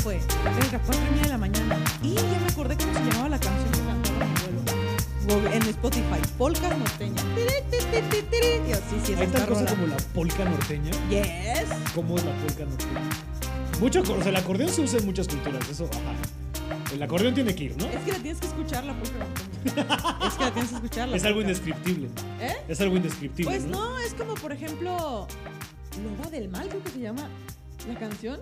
fue, venga, cuatro y media de la mañana. Y ya me acordé cómo se llamaba la canción que cantaba mi abuelo. Vol- En Spotify, Polka Norteña. Tiri, tiri, tiri, tiri. Yo, sí, sí, es Hay esta tal cosa rola. como la polca norteña. Yes. ¿Cómo es la polca norteña? Mucho, acor- o sea, el acordeón se usa en muchas culturas, eso, ajá. El acordeón tiene que ir, ¿no? Es que la tienes que escuchar la polka norteña. Es que la tienes que escuchar la Es algo polka. indescriptible. ¿Eh? Es algo indescriptible. Pues ¿no? no, es como por ejemplo Loba del Mal, creo que se llama la canción.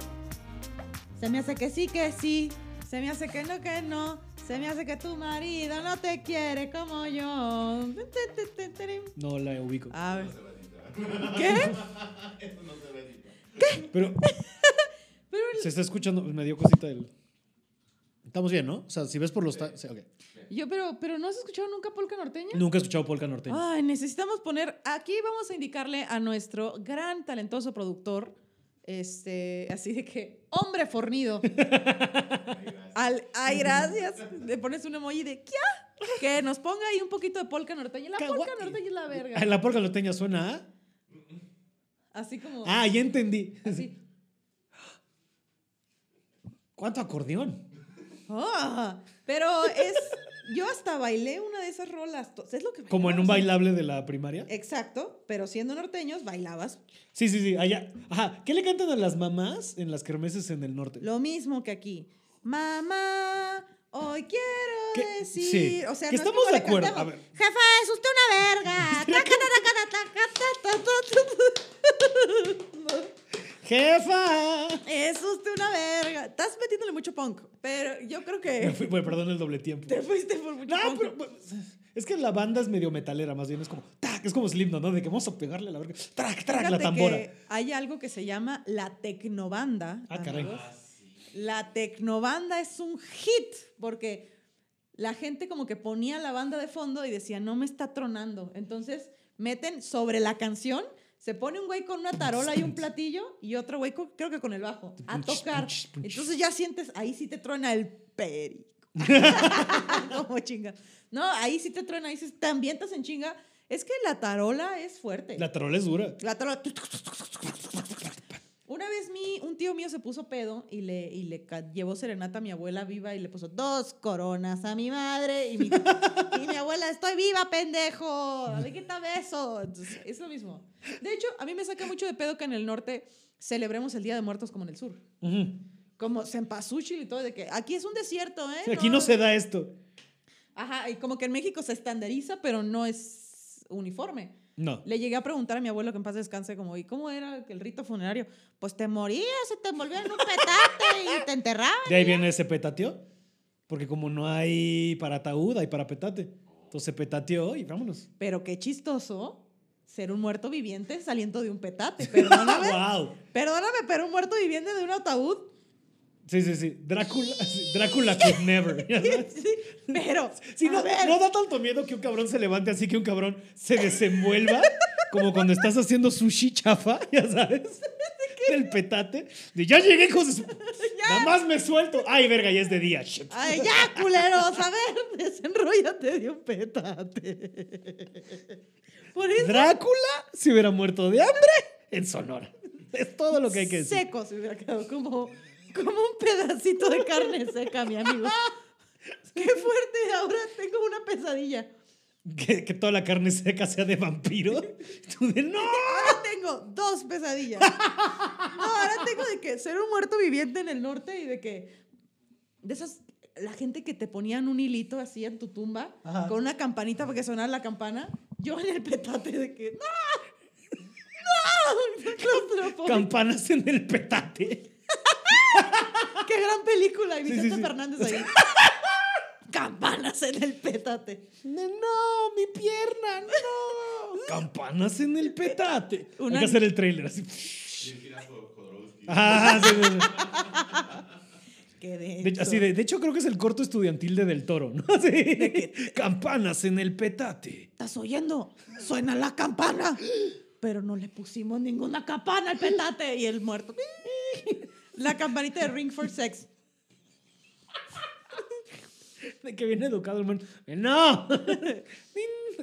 Se me hace que sí, que sí. Se me hace que no, que no. Se me hace que tu marido no te quiere como yo. No la ubico. A ver. ¿Qué? Pero Pero se está escuchando, me dio cosita del. Estamos bien, ¿no? O sea, si ves por los. ta- sí, ok. yo, pero, pero ¿no has escuchado nunca polka norteña? Nunca he escuchado polca norteña. Ay, necesitamos poner. Aquí vamos a indicarle a nuestro gran talentoso productor, este, así de que, hombre fornido. Al, ay, gracias. Le pones un emoji de ¿qué? Que nos ponga ahí un poquito de polka norteña. La polka Kawaii. norteña es la verga. Ah, La polca norteña suena a. Así como. Ah, ya entendí. Así. ¿Cuánto acordeón? Ah, pero es. Yo hasta bailé una de esas rolas. to- Es lo que Como en un bailaba, bailable de la primaria. o sea, Exacto, pero siendo norteños bailabas Sí, sí, sí. Allá. Ajá. ¿Qué le cantan a las mamás en las kermeses en el norte? Lo mismo que aquí. Mamá, hoy quiero ¿Qué? decir. Sí. O sea, Que no es estamos como de le acuerdo, cantamos, a ver. Jefa, es usted una verga. Taca, taca, taca, taca, taca, taca. ¡Jefa! es usted una verga. Estás metiéndole mucho punk, pero yo creo Me que fui- bueno, perdón el doble tiempo. te fuiste por mucho No, punk. pero. bueno, Es que la banda es medio metalera, más bien. Es como. ¡Tac! Es como Slipknot, ¿no? De que vamos a pegarle a la verga. ¡Trac, trac! La Fíjate tambora. que hay algo que se llama la tecnobanda. Ah, caray. amigos. La tecnobanda es un hit porque la gente como que ponía la banda de fondo y decía, no me está tronando. Entonces meten sobre la canción, se pone un güey con una tarola y un platillo y otro güey con- creo que con el bajo a tocar. Entonces ya sientes, ahí sí te truena el perico. como chinga. No, ahí sí te truena, ahí sí te ambientas en chinga. Es que la tarola es fuerte. La trola es dura. La tarola. Una vez mi, un tío mío se puso pedo y le, y le ca- llevó serenata a mi abuela viva y le puso dos coronas a mi madre y mi, y mi abuela, estoy viva, pendejo, le quita beso. Entonces, es lo mismo. De hecho, a mí me saca mucho de pedo que en el norte celebremos el Día de Muertos como en el sur. Ujú. Como Cempasúchil y todo, de que aquí es un desierto, ¿eh? Aquí no se da esto. Ajá, y como que en México se estandariza, pero no es uniforme. No. Le llegué a preguntar a mi abuelo que en paz descanse, como, ¿y cómo era el rito funerario? Pues te morías, se te envolvían en un petate y te enterraban. De ahí viene ese petateó. Porque como no hay para ataúd, hay para petate. Entonces se petateó y vámonos. Pero qué chistoso ser un muerto viviente saliendo de un petate. Perdóname, ¡Wow! perdóname, pero un muerto viviente de un ataúd. Sí, sí, sí. Drácula, sí, Drácula could never. ¿ya sabes? Sí, pero, Sí, a no, ver, no da tanto miedo que un cabrón se levante así que un cabrón se desenvuelva como cuando estás haciendo sushi chafa, ya sabes, del petate. De, ya llegué, hijos de su- Nada más me suelto. Ay, verga, ya es de día. Shit. ay, ya, culeros, a ver, desenrollate de un petate. Por eso, Drácula se hubiera muerto de hambre en Sonora. Es todo lo que hay que decir. seco se hubiera quedado como, como un pedacito de carne seca, mi amigo. Qué fuerte, ahora tengo una pesadilla. que, que toda la carne seca sea de vampiro. Tú de, no. Ahora tengo dos pesadillas. No, ahora tengo de que ser un muerto viviente en el norte y de que de esas la gente que te ponían un hilito así en tu tumba Ajá. con una campanita para que sonara la campana, yo en el petate de que no. No, Claustrofóbico. Campanas en el petate. qué gran película y Sí, sí, Vicente sí. Fernández ahí. Campanas en el petate. No, mi pierna, no. Campanas en el petate. Una- Hay que hacer el trailer así. Kira Jodorowsky. Ah, sí, sí, sí. Qué De, hecho- así de, de hecho, creo que es el corto estudiantil de Del Toro, ¿no? Sí. Campanas en el petate. ¿Estás oyendo? Suena la campana. Pero no le pusimos ninguna campana al petate. Y el muerto. La campanita de Ring for Sex. Eh, De que viene educado el man. No.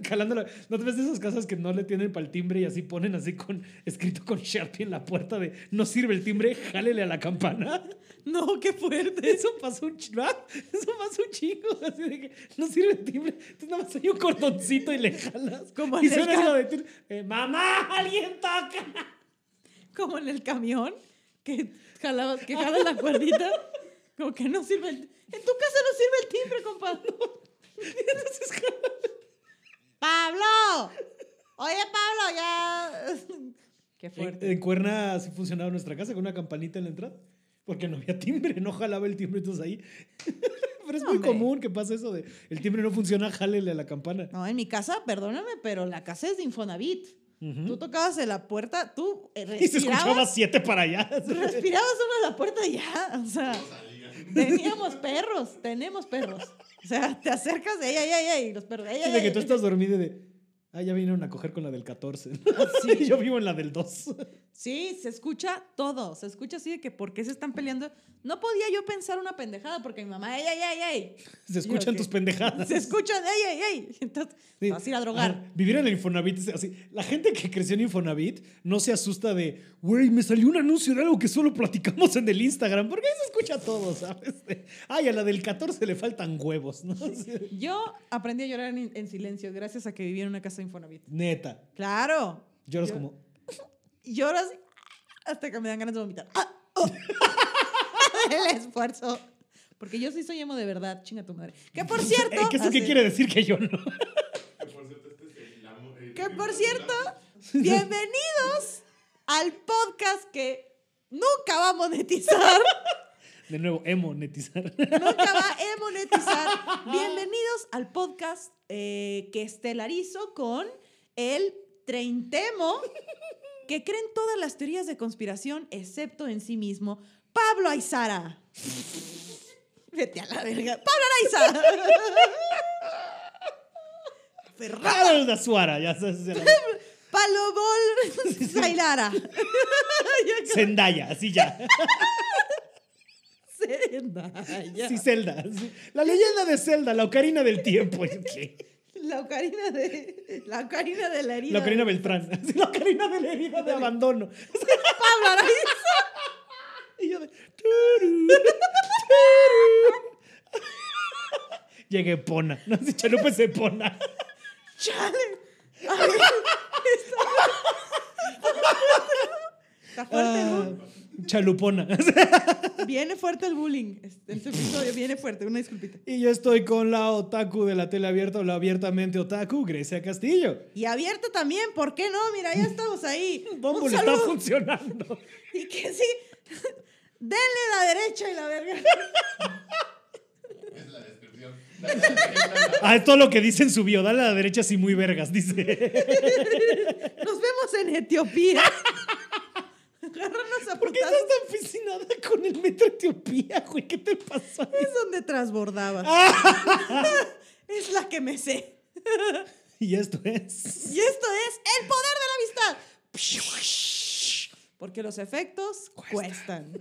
Calándola. ¿No te ves de esas casas que no le tienen para el timbre y así ponen así con escrito con Sharpie en la puerta de no sirve el timbre, jálele a la campana? No, qué fuerte. Eso pasó un chingo. Eso pasó un chingo. Así de que no sirve el timbre. Entonces nada más hay un cordoncito y le jalas. Como y en el suena ca- eso de tir- eh, ¡Mamá! ¡Alguien toca! Como en el camión, que jalabas, que jalas la cuerdita. Como que no sirve el... En tu casa no sirve el timbre, compadre. Entonces jalas. ¡Pablo! Oye, Pablo, ya... Qué En, fuerte. en Cuerna así funcionaba nuestra casa con una campanita en la entrada. Porque no había timbre, no jalaba el timbre, entonces ahí. Pero es muy Hombre. común que pase eso de el timbre no funciona, jálele a la campana. No, en mi casa, perdóname, pero la casa es de Infonavit. Ujú. Tú tocabas en la puerta, tú eh, Y se escuchaba respirabas, siete para allá. respirabas uno a la puerta y ya, o sea... No salía. Teníamos perros, tenemos perros. O sea, te acercas, ey, ey, ey, ey, y los perros, ey, Y ey, de que ey. tú estás dormido y de. Ah, ya vinieron a coger con la del 14. Sí. Y yo vivo en la del 2. Sí, se escucha todo, se escucha así de que por qué se están peleando. No podía yo pensar una pendejada porque mi mamá, ey, ey, ey, ey, Se escuchan ok. tus pendejadas. se escuchan, ey, ey, ey. Entonces, Sí. vas a ir a drogar. Ah, vivir en el Infonavit es así. La gente que creció en Infonavit no se asusta de, güey, me salió un anuncio de algo que solo platicamos en el Instagram, porque ahí se escucha todo, ¿sabes? De, Ay, a la del 14 le faltan huevos, ¿no? Sí. Yo aprendí a llorar en, en silencio gracias a que vivía en una casa de Infonavit. Neta, Claro. lloras Yo- como, Lloras hasta que me dan ganas de vomitar. Ah, oh. El esfuerzo. Porque yo sí soy emo de verdad, chinga tu madre. Que por cierto. Ah, "Eh, ¿qué, eso qué así. quiere decir que yo no? Que por cierto, este es el amo- el- Que por cierto, bienvenidos al podcast que nunca va a monetizar, De nuevo, emo, netizar. nunca va a monetizar. Bienvenidos al podcast eh, que estelarizo con el treintemo que creen todas las teorías de conspiración excepto en sí mismo, Pablo Aizara. Vete a la verga. Pablo Aizara. Ferrari. Rara Suara, ya sabes. ya la- Palobol Zailara. Zendaya, así ya. Zendaya. Sí, Zelda. sí. La leyenda de Zelda, la ocarina del tiempo. ¿Qué? La ocarina de la ocarina de la herida. La ocarina Beltrán. Sí, La ocarina de la herida de abandono. de Pablo Araiz. Y yo de. "Turú, turú". Llegué pona. No sé, Chalupe se pona. Chale. Ay, está- Está fuerte el Ah, bullying. chalupona. Ah. Viene fuerte el bullying. Este este episodio viene fuerte. Una disculpita. Y yo estoy con la otaku de la tele abierta o la abiertamente otaku, Grecia Castillo. Y abierta también, ¿por qué no? Mira, ya estamos ahí. Un Bumble está saludo. funcionando. Y que sí. Denle la derecha y la verga. Es la descripción. La- la- la- la- Ah, es todo lo que dicen subió. Dale a la derecha si muy vergas, dice. Nos vemos en Etiopía. Agarrarnos a ¿Por qué putazos. estás tan fascinada con el metro Etiopía, güey? ¿Qué te pasó? Es donde transbordabas. Ah. es la que me sé. Y esto es. Y esto es el poder de la amistad. Porque los efectos cuestan.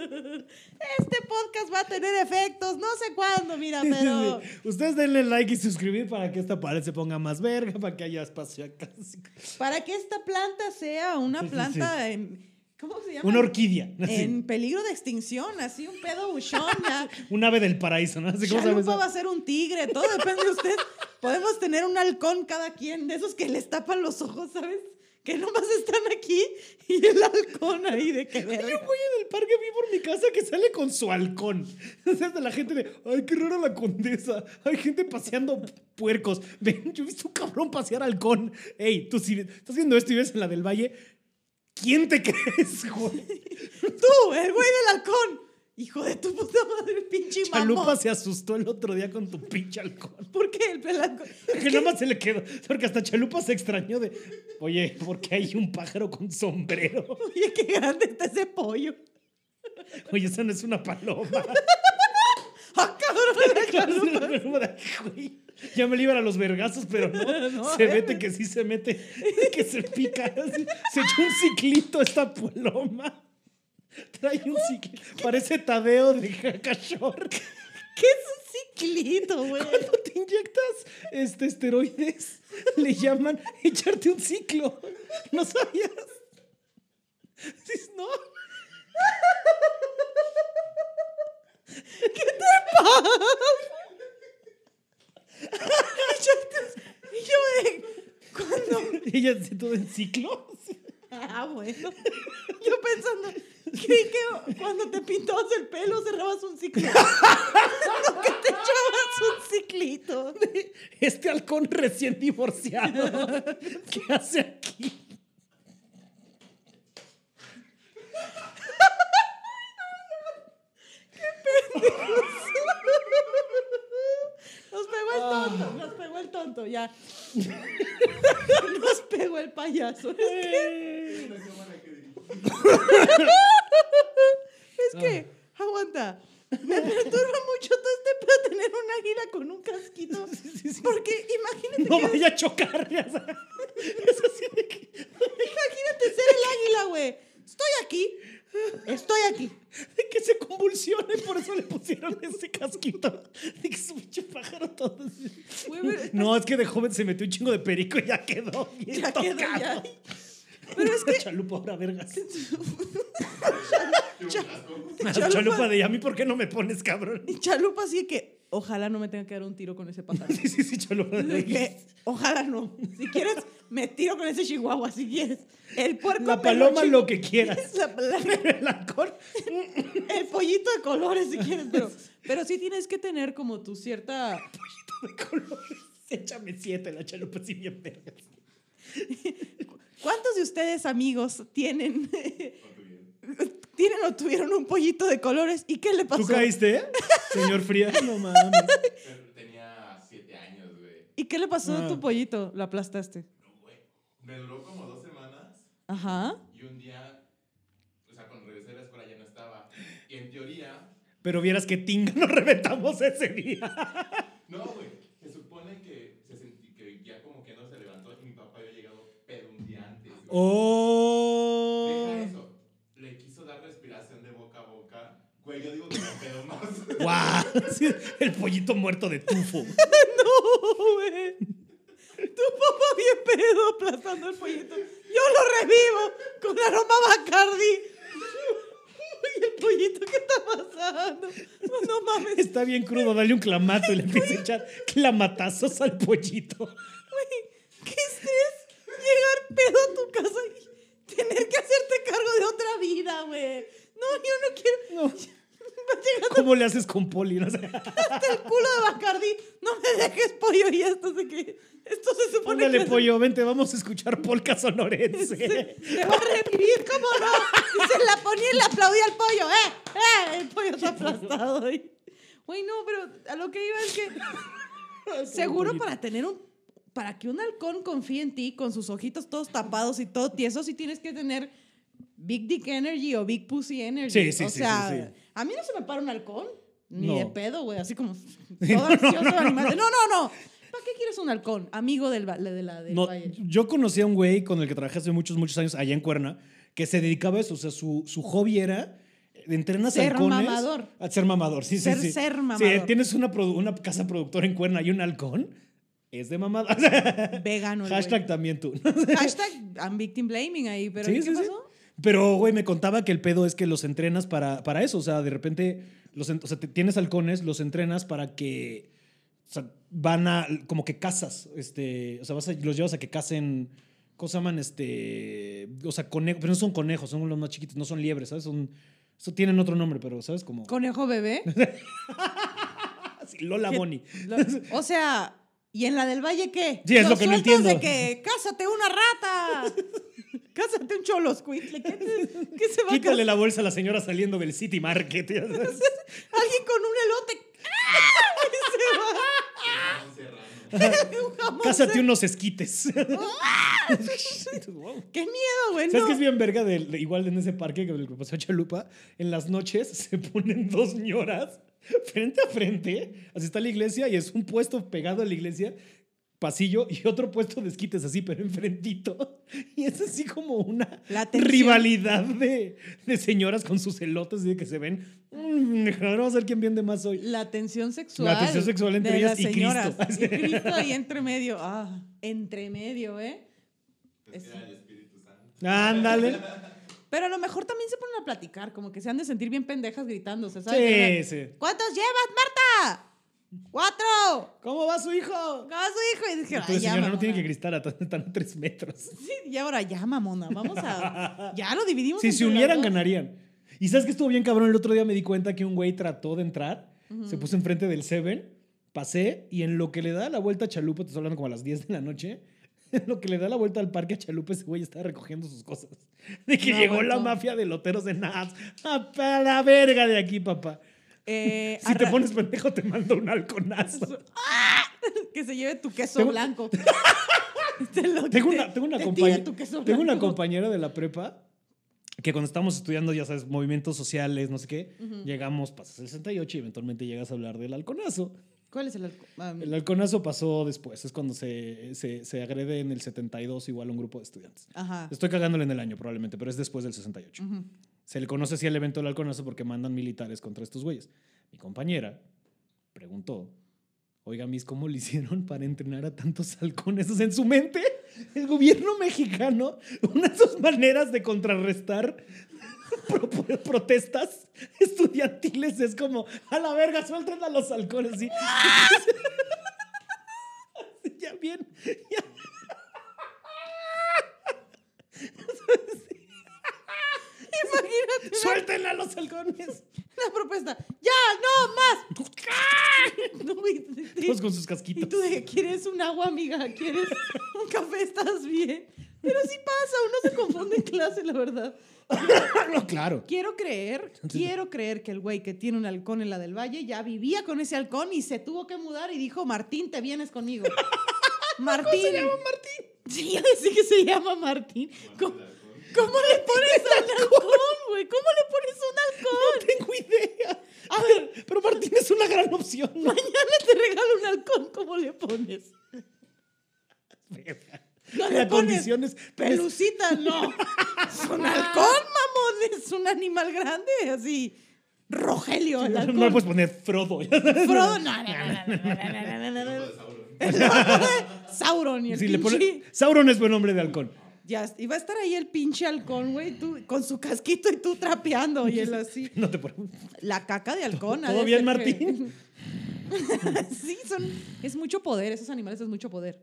Este podcast va a tener efectos, no sé cuándo, mira, pero Ustedes denle like y suscribir para que esta pared se ponga más verga, para que haya espacio acá. Así- para que esta planta sea una Sí, sí, sí. planta en- ¿cómo se llama? Una orquídea. así. en peligro de extinción, así un pedo buchón ya. Un ave del paraíso, ¿no? Así como se llama Chalupa eso? va a ser un tigre, todo depende de usted. Podemos tener un halcón cada quien, de esos que les tapan los ojos, ¿sabes? Que nomás están aquí y el halcón ahí de que Hay verga. un güey en el parque vi por mi casa que sale con su halcón. Entonces de la gente de, ay, qué rara la condesa. Hay gente paseando puercos. Ven, yo he visto un cabrón pasear halcón. Ey, tú si estás viendo esto y ves en la del valle, ¿quién te crees, güey? Tú, el güey del halcón. Hijo de tu puta madre, pinche Chalupa mamón. se asustó el otro día con tu pinche halcón. ¿Por qué el pel- halcón? Que nomás se le quedó. Porque hasta Chalupa se extrañó de, oye, ¿por qué hay un pájaro con sombrero? Oye, qué grande está ese pollo. Oye, esa no es una paloma. ¡Ah, cabrón! Güey, Ya me libra los vergazos, pero no. No, se eh. mete que sí se mete, que se pica. así. Se echó un ciclito esta paloma. Trae un ciclito. Parece Tadeo de Hakashor. ¿Qué es un ciclito, güey. Cuando te inyectas este, esteroides, le llaman echarte un ciclo. ¿No sabías? Dices, no. Y yo, eh, de- ¿cuándo? Y Ella se todo en ciclo. Ah, bueno. Yo pensando, creí que cuando te pintabas el pelo cerrabas un ciclito. No, que te echabas un ciclito. Este halcón recién divorciado. ¿Qué hace aquí? Nos pegó el tonto, nos pegó el tonto, ya. Nos pegó el payaso. Es que, es que, aguanta. Me perturba mucho todo este pedo tener un águila con un casquito. Porque imagínate, No vaya a chocar. ya sabes. Es así de que- imagínate ser el águila, güey. Estoy aquí. Estoy aquí. de que se convulsione, por eso le pusieron ese casquito. De que su pinche pájaro todo. así. Güey, pero está- No, es que de joven se metió un chingo de perico y ya quedó. Bien Ya quedó, ya. tocado. Pero es que Chalupa ahora, vergas. Yo La Chalupa. Chalupa. de a mí, ¿por qué no me pones, cabrón? Y Chalupa así que ojalá no me tenga que dar un tiro con ese pájaro. Sí, sí, sí, Chalupa de De que, ojalá no. Si quieres, me tiro con ese chihuahua, si quieres. El puerco peluche- La paloma, lo que quieras. La- la- Pero el halcón. el pollito de colores, si quieres. Pero, pero sí tienes que tener como tu cierta... de colores. Échame siete, la chalupa así bien vergas. ¿Cuántos de ustedes, amigos, tienen, tienen o tuvieron un pollito de colores? ¿Y qué le pasó? ¿Tú caíste, eh? señor Frías? No mames. Tenía 7 años, güey. ¿Y qué le pasó a tu Ah. pollito? Lo aplastaste. No, güey. Me duró como dos semanas Ajá. y un día, o sea, cuando regresé de la escuela ya no estaba. Y en teoría, Pero vieras que tinga nos reventamos ese día. no, güey. Se supone que se sentí que ya como que no se levantó y mi papá había llegado pedo un día antes. güey. Deja ¡Oh! eso. Le quiso dar respiración de boca a boca. Güey, yo digo que no pedo más. ¡Guau! Sí, el pollito muerto de tufo. No, güey. Tu papá bien pedo aplastando el pollito. Yo lo revivo con aroma Bacardi. Y el pollito, ¿qué está pasando? No, no mames, Está bien crudo, dale un clamato y le empieza a echar clamatazos al pollito. güey. ¿Qué estrés llegar pedo a tu casa y tener que hacerte cargo de otra vida, güey? No, yo no quiero. No, Va llegando ¿Cómo le haces con Poli? No sé. hasta el culo de Bacardi. No me dejes pollo y esto se que. Esto se supone Póngale que. es- pollo, vente, vamos a escuchar polca sonorense. Te va a revivir, ¿cómo no? Y se la ponía y le aplaudía al pollo, ¡eh! ¡eh! El pollo está aplastado. y- Güey, no, pero a lo que iba es que seguro para tener un... Para que un halcón confíe en ti con sus ojitos todos tapados y todo tieso, sí tienes que tener Big Dick Energy o Big Pussy Energy. Sí, sí, o sí, sea, sí, sí. a mí no se me para un halcón, ni No. de pedo, güey, así como todo no, ansioso no, no, animal. de, No, no, no. ¿Para qué quieres un halcón? Amigo del, va- de la, del No, valle. yo conocí a un güey con el que trabajé hace muchos, muchos años allá en Cuerna, que se dedicaba a eso. O sea, su, su hobby era eh, entrenas Ser halcones. mamador. A ser mamador, sí, sí, Ser- sí. ser Sí, mamador. tienes una, produ- una casa productora en Cuerna y un halcón, es de mamada. Vegano. el güey. Hashtag también tú. Hashtag I'm victim blaming ahí, pero Sí, ¿qué sí, sí. pasó? Pero, güey, me contaba que el pedo es que los entrenas para, para eso. O sea, de repente, los, en- o sea, te- tienes halcones, los entrenas para que. O sea, van a. Como que cazas. Este, o sea, vas a- los llevas a que cacen. ¿Cómo se llaman? Este. O sea, conejos. Pero no son conejos, son los más chiquitos, no son liebres, ¿sabes? Son. Eso tienen otro nombre, pero, ¿sabes? Como. ¿Conejo bebé? Sí, Lola ¿Qué- Bonnie. Lo- o sea, ¿y en la del Valle qué? Sí, es lo Los que no sueltas de entiendo. que cásate una rata, cásate un cholo ¿Qué, te- qué se va a Quítale casar? la bolsa a la señora saliendo del City Market. ya sabes. Alguien con un elote. ¡ah! Ramón Serrano. Y se va. un jamón Cásate seco. unos esquites. ¡Ah! ¡Qué miedo, güey! ¿Sabes no. qué es bien verga? del- de- igual en ese parque que el que pasó a Chalupa, en las noches se ponen dos ñoras frente a frente. Así está la iglesia y es un puesto pegado a la iglesia pa- pasillo y otro puesto de esquites así, pero enfrentito. Y es así como una La tensión. rivalidad de, de señoras con sus elotes y de que se ven. "Mm, vamos a ver quién vende más hoy. La tensión sexual. La tensión sexual entre de ellas las y señoras. Cristo. Y Cristo ahí entre medio. Ah, entre medio, ¿eh? Es Eso. el Espíritu Santo. Ándale. Pero a lo mejor también se ponen a platicar, como que se han de sentir bien pendejas gritándose, ¿sabes? Sí, sí. ¿Cuántos llevas, Marta? ¡Cuatro! ¿Cómo va su hijo? ¿Cómo va su hijo? Y dije, Entonces, "Ay, ya, señora, no mamona". tiene que gritar a tan, tan a tres metros. Sí, y ahora ya, mamona, vamos a... Ya lo dividimos. Si se entre las unieran, dos. ganarían. Y sabes que estuvo bien cabrón. El otro día me di cuenta que un güey trató de entrar, se puso enfrente del Seven, pasé y en lo que le da la vuelta a Chalupa, te estoy hablando como a las 10 de la noche. En lo que le da la vuelta al parque a Chalupa, ese güey estaba recogiendo sus cosas. De que No llegó la aguantó. mafia de loteros de Naz. ¡Ah, pa' la verga de aquí, papá! Eh, Si te arra- pones pendejo, te mando un halconazo. Que se lleve tu queso Tengo- blanco. Te lo- Tengo te- una, tengo una, te compañe- tira tu queso tengo una blanco. compañera de la prepa que cuando estábamos estudiando, ya sabes, movimientos sociales, no sé qué, llegamos, pasas el 68 y eventualmente llegas a hablar del halconazo. ¿Cuál es el alco- ah, El halconazo pasó después, es cuando se, se, se agrede en el 72 igual a un grupo de estudiantes. Ajá. Estoy cagándole en el año probablemente, pero es después del 68. Ujú. Se le conoce así al evento del halconazo porque mandan militares contra estos güeyes. Mi compañera preguntó, oiga, mis, ¿cómo le hicieron para entrenar a tantos halcones? O sea, en su mente, el gobierno mexicano, una de sus maneras de contrarrestar pro- pro- protestas estudiantiles es como, a la verga, suelten a los halcones. ¿sí? ya bien, ya Imagínate suelten a los halcones. la propuesta. ¡Ya, no más! No, güey, te- te- Todos Pues con sus y casquitos. tú de, ¿quieres un agua, amiga? ¿Quieres un café? ¿Estás bien? Pero sí pasa, uno se confunde en clase, la verdad. no, claro. Quiero creer, quiero creer que el güey que tiene un halcón en la del Valle ya vivía con ese halcón y se tuvo que mudar y dijo, Martín, te vienes conmigo. Martín. ¿Cómo se llama Martín? Sí, ya decía que se llama Martín. ¿Cómo, Juan cómo del Halcón. le pones un halcón, güey? ¿Cómo le pones un halcón? No tengo idea. A ver, pero Martín es una gran opción. ¿no? Mañana te regalo un halcón, ¿cómo le pones? No le La pones condición es pelus. pelucita, no. Es un halcón, mamón, es un animal grande, así. Rogelio, el No pues, halcón. le puedes poner Frodo. Frodo, no, no, no, no, no, no, no, no, Hijo no. de Sauron. Sauron y el Si le pinche. pones- Sauron es buen hombre de halcón. Ya, iba a estar ahí el pinche halcón, güey, tú con su casquito y tú trapeando y él así. No te pones. La caca de halcón. ha ¿Todo de bien, ser que- Martín? sí, son, es mucho poder, esos animales es mucho poder.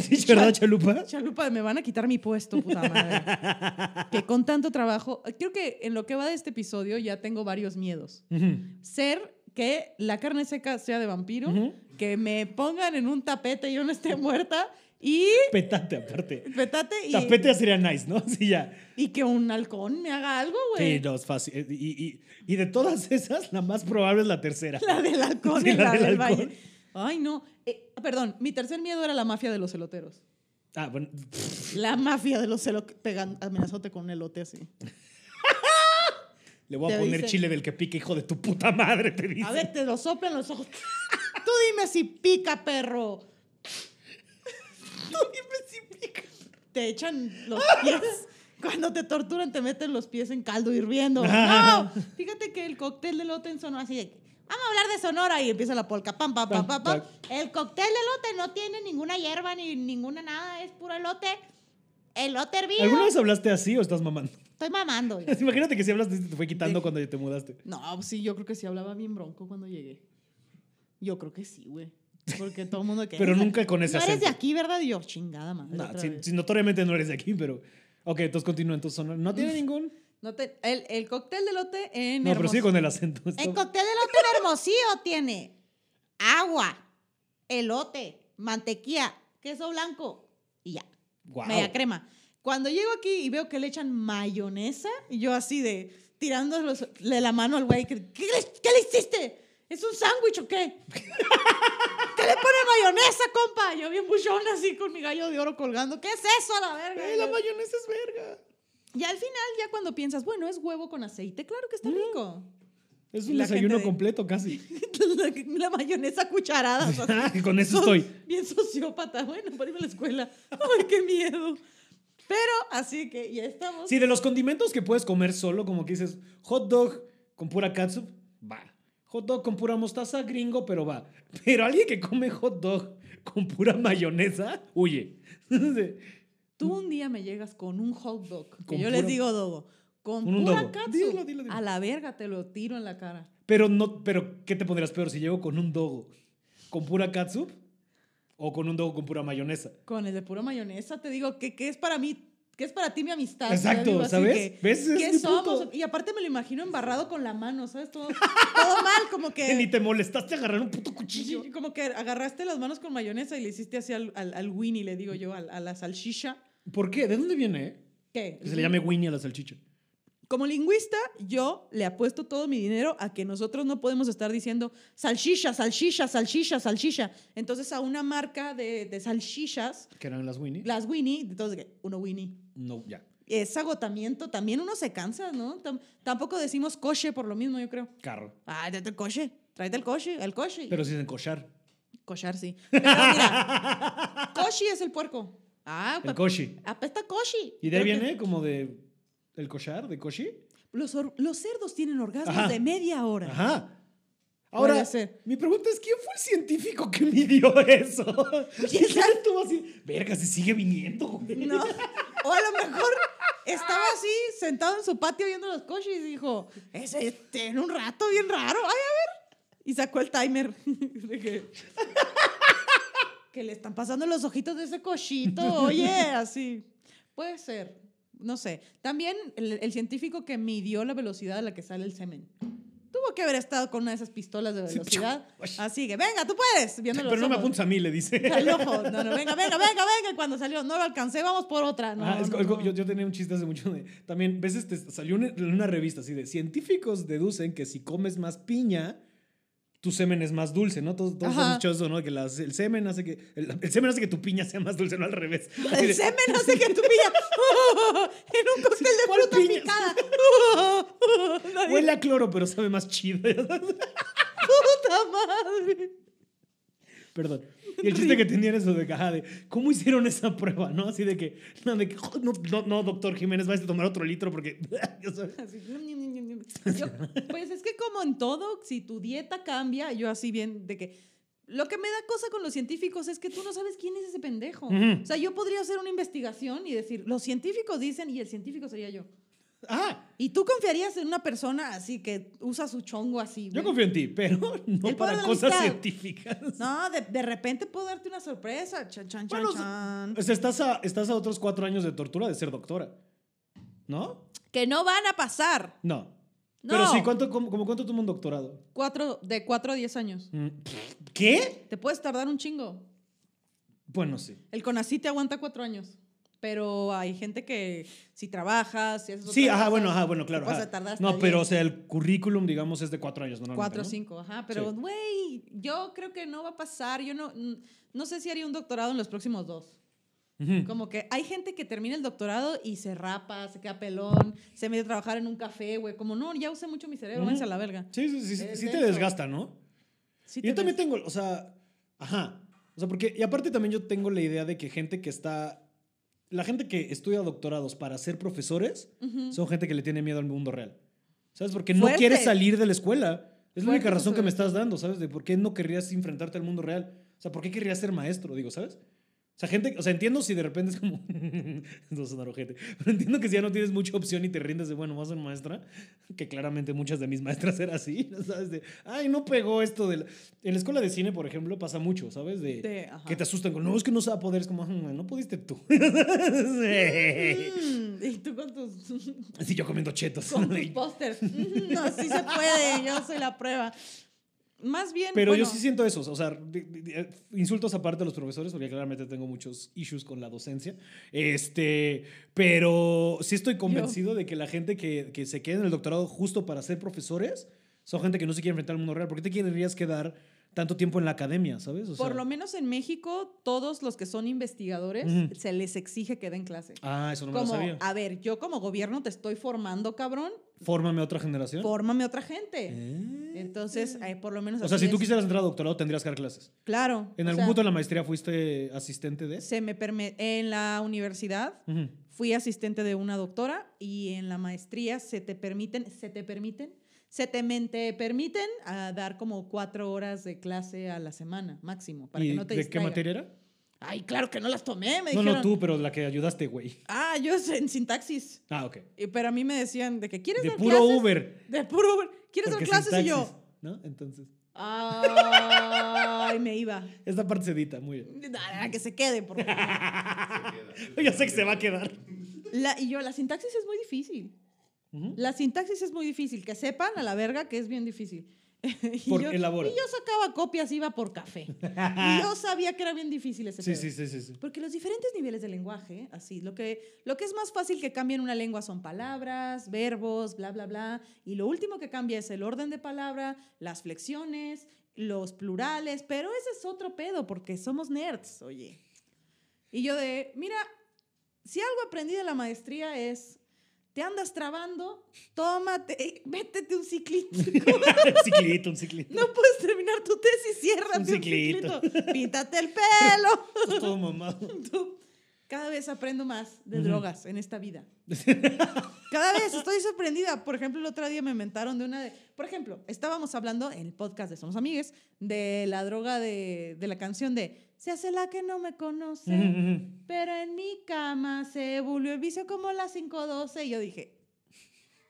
Sí, ¿verdad, Chalupa? Chalupa, me van a quitar mi puesto, puta madre. que con tanto trabajo, creo que en lo que va de este episodio ya tengo varios miedos. Ujú. Ser que la carne seca sea de vampiro, Ujú. que me pongan en un tapete y yo no esté muerta y Petate, aparte. petate y, Tapete ya sería nice, ¿no? Sí, ya. y que un halcón me haga algo, Sí, güey. no, es fácil. Eh, Y, y- y de todas esas, la más probable es la tercera. La del halcón Sí, y la, la del del halcón. valle. Ay, no. Eh, perdón, mi tercer miedo era la mafia de los eloteros. Ah, bueno. La mafia de los eloteros pegan, amenazote con un elote así. Le voy a Te poner dicen- chile del que pica, hijo de tu puta madre, te dice. A ver, te lo soplan los ojos. Tú dime si pica, perro. Tú dime si pica. Te echan los pies. Cuando te torturan, te meten los pies en caldo hirviendo. ¡No! Fíjate que el cóctel de lote en Sonora, así de que, Vamos a hablar de Sonora y empieza la polca. Pam, pam, pam, pam, pam. El cóctel de lote no tiene ninguna hierba ni ninguna nada, es puro elote. Elote hervido. ¿Alguna vez hablaste así o estás mamando? Estoy mamando. ya. Imagínate que si hablaste así, te fue quitando De- cuando te mudaste. No, pues sí, yo creo que sí hablaba bien bronco cuando llegué. Yo creo que sí, güey. Porque todo el mundo que. Pero "Eres de- nunca con ese No eres acento. de aquí, ¿verdad? Y yo, chingada madre. No, otra sí- vez". sí, notoriamente no eres de aquí, pero. Ok, entonces continúa entonces Sonora. No tiene ningún. No te- el, el cóctel de lote en. No, pero sigue Hermosillo. con el acento. El esto- cóctel de lote en Hermosillo tiene agua, elote, mantequilla, queso blanco y ya. Guau. Media crema. Cuando llego aquí y veo que le echan mayonesa, y yo así de tirándole la mano al güey, que, ¿qué, le- qué le hiciste? ¿Es un sándwich o qué? ¿Qué le pone mayonesa, compa? Yo bien buchón así con mi gallo de oro colgando. ¿Qué es eso, a la verga? Ay, Eh, la mayonesa es verga. y al final, ya cuando piensas, bueno, es huevo con aceite, claro que está rico. Es Y un la desayuno gente de- completo casi. la, la mayonesa a cucharadas. o sea, Ah, Con eso Sos estoy. Bien sociópata. Bueno, para irme a la escuela. Ay, qué miedo. Pero así que ya estamos. Sí, de los condimentos que puedes comer solo, como que dices, hot dog con pura catsup, va. Hot dog con pura mostaza, gringo, pero va. Pero alguien que come hot dog con pura mayonesa, huye. Tú un día me llegas con un hot dog, que Con yo pura- les digo dogo, con Con un pura dogo. catsup. Dilo, dilo, dilo. A la verga te lo tiro en la cara. Pero no, pero ¿qué te pondrías peor si llego con un dogo con pura catsup o con un dogo con pura mayonesa? Con el de pura mayonesa te digo que, que es para mí, que es para ti mi amistad. Yo Exacto, digo así ¿sabes? que, ¿Ves? Ese es ¿qué mi punto. somos? Y aparte me lo imagino embarrado con la mano, ¿sabes? Todo, todo mal, como Que ni que te molestaste a agarrar un puto cuchillo. como que agarraste las manos con mayonesa y le hiciste así al, al, al Winnie, le digo yo, al- a la salchicha. ¿Por qué? ¿De dónde viene? eh? ¿Qué? Que se le llame Winnie a la salchicha. Como lingüista, yo le apuesto todo mi dinero a que nosotros no podemos estar diciendo salchicha, salchicha, salchicha, salchicha. Entonces, a una marca de, de salchichas, ¿Que eran las Winnie? las Winnie, entonces, ¿qué? uno Winnie. No, ya. Es agotamiento, también uno se cansa, ¿no? Tam- tampoco decimos coche por lo mismo, yo creo. Carro. Ah, tráete el coche, tráete el coche, el coche. Pero sin encochar. Cochar, sí. Pero mira, coche es el puerco. Ah, El pa- coshi. apesta coche. ¿Y de ahí viene como de el cochar, de coshi? Los, or- los cerdos tienen orgasmos Ajá. de media hora. Ajá. Puede Ahora, ser. mi pregunta es, ¿quién fue el científico que midió eso? Y él estuvo así, verga, se sigue viniendo, güey. No. O a lo mejor estaba así, sentado en su patio viendo los coches y dijo, ese tiene un rato bien raro, ay, a ver. Y sacó el timer. De que, que le están pasando los ojitos de ese cochito, oye, así. Puede ser, no sé. También el, el científico que midió la velocidad a la que sale el semen. Tuvo que haber estado con una de esas pistolas de Sí, velocidad. ay. Así que, venga, tú puedes. Viendo Pero no me ojos. apuntes a mí, le dice. Al ojo. No, no, venga, venga, venga, venga. Y Cuando salió, no lo alcancé, vamos por otra. No, Ah, es no, co- no. Yo, yo tenía un chiste hace mucho de. También, veces te salió una- en una revista así de científicos deducen que si comes más piña, tu semen es más dulce, ¿no? Todos, todos Ajá. hemos dicho eso, ¿no? Que las- el semen hace que. El, el semen hace que tu piña sea más dulce, no al revés. Así de, El semen hace que tú pillas en un cóctel de ¿Cuál fruta piña? picada. Nadie- Huele a cloro, pero sabe más chido. puta madre. Perdón. Y el chiste que tenía era eso de caja de cómo hicieron esa prueba, ¿no? Así de que, no, de que, "Oh, no, no, no, doctor Jiménez, vais a tomar otro litro porque. ya sabes. Así, ñam, ñam, ñam, ñam. Yo- pues es que como en todo, si tu dieta cambia, yo así bien de que... Lo que me da cosa con los científicos es que tú no sabes quién es ese pendejo. Ujú. O sea, yo podría hacer una investigación y decir, los científicos dicen y el científico sería yo. ah, ¿Y tú confiarías en una persona así que usa su chongo así? yo güey? confío en ti, pero El no poder de para la cosas amistad. científicas. No, de, de repente puedo darte una sorpresa. Chan, chan, chan, Bueno, chan. O sea, Pues estás a, estás a otros cuatro años de tortura de ser doctora. ¿No? Que no van a pasar. No. No. Pero sí, ¿cuánto, como, como cuánto toma un doctorado? Cuatro, de 4 a 10 años. Mm, ¿Qué? Te puedes tardar un chingo. Bueno, sí. El CONACYT te aguanta 4 años. Pero hay gente que si trabajas, si haces Sí, otras ajá, cosas, bueno, ajá, bueno, claro. te puedes ajá. tardar hasta No, pero o 10, sea, el currículum, digamos, es de cuatro años normalmente. cuatro o ¿no? cinco, ajá, pero Sí. güey, yo creo que no va a pasar, yo no, mm, no sé si haría un doctorado en los próximos dos. Ujú. Como que hay gente que termina el doctorado y se rapa, se queda pelón, se mete a trabajar en un café, güey. Como no, ya usé mucho mi cerebro, Ujú. váyanse a la verga. Sí, sí, sí, sí, Es sí te denso. desgasta, ¿no? Sí yo te también ves- tengo, o sea, ajá. O sea, porque, y aparte también yo tengo la idea de que gente que está, la gente que estudia doctorados para ser profesores, Ujú. son gente que le tiene miedo al mundo real. ¿Sabes? Porque no Fuerte. quiere salir de la escuela. Es la Fuerte única razón que consideración. me estás dando, ¿sabes? De por qué no querrías enfrentarte al mundo real. O sea, ¿por qué querrías ser maestro? Digo, ¿sabes? O sea, gente, o sea, entiendo si de repente es como. no sonar ojete. Pero entiendo que si ya no tienes mucha opción y te rindes de, bueno, vas a ser maestra. Que claramente muchas de mis maestras eran así, ¿sabes? De, ay, no pegó esto. De la-". En la escuela de cine, por ejemplo, pasa mucho, ¿sabes? De. De- ajá. que te asustan con, no, es que no sabe poder. Es como, "Mm, no pudiste tú. Mm, y tú con tus, Así yo comiendo chetos. con tus Y- pósters. Mm, no, sí se puede, yo soy la prueba. Más bien, Pero yo bueno, sí siento eso, o sea, de- de- de- eh, insultos aparte a los profesores, porque claramente tengo muchos issues con la docencia. Este, pero sí estoy convencido de que la gente que, que se queda en el doctorado justo para ser profesores son gente que no se quiere enfrentar al mundo real. ¿Por qué te querrías quedar tanto tiempo en la academia, ¿sabes? O Por sea- lo menos en México, todos los que son investigadores Ujú. se les exige que den clase. Ah, eso no me como, lo sabía. a ver, yo como gobierno te estoy formando, cabrón, Fórmame otra generación. fórmame otra gente. Eh. Entonces, eh, por lo menos o sea, así si tú es. quisieras entrar a doctorado, tendrías que dar clases. Claro. ¿En o algún sea, punto de la maestría fuiste asistente de? se me perme- en la universidad Ujú. fui asistente de una doctora y en la maestría se te permiten, se te permiten, se te, men- te permiten a dar como cuatro horas de clase a la semana máximo para ¿Y que no te de qué distraigan. materia era? Ay, claro que no las tomé, me no, dijeron. no, tú, pero la que ayudaste, güey. Ah, yo es en sintaxis. Ah, ok. Y- Pero a mí me decían de que quieres De dar puro clases. Uber. De puro Uber. ¿Quieres porque dar clases? Y sintaxis, yo. ¿No? Entonces, Ay, me iba. esta parte se edita, muy bien. Ah, Que se quede, por favor. Ya sé que se va a quedar. La- y yo, la sintaxis es muy difícil. Ujú. La sintaxis es muy difícil. Que sepan a la verga que es bien difícil. y, Por- yo, elabora. y yo sacaba copias, iba por café. y yo sabía que era bien difícil ese Sí, pedo. sí, sí, sí. sí. Porque los diferentes niveles de lenguaje, así, lo que, lo que es más fácil que cambie en una lengua son palabras, verbos, bla, bla, bla. Y lo último que cambia es el orden de palabra, las flexiones, los plurales, pero ese es otro pedo porque somos nerds, oye. Y yo de, mira, si algo aprendí de la maestría es, te andas trabando, tómate, vete un ciclito. un ciclito, un ciclito. No puedes terminar tu tesis, ciérrate un ciclito. ciclito. Píntate el pelo. Estás todo mamado. Tú, cada vez aprendo más de drogas en esta vida. Cada vez estoy sorprendida. Por ejemplo, el otro día me inventaron de una de... Por ejemplo, estábamos hablando en el podcast de Somos Amigues de la droga de, de la canción de Se hace la que no me conoce, Ujú, ujú. pero en mi cama se volvió el vicio como la 512. Y yo dije,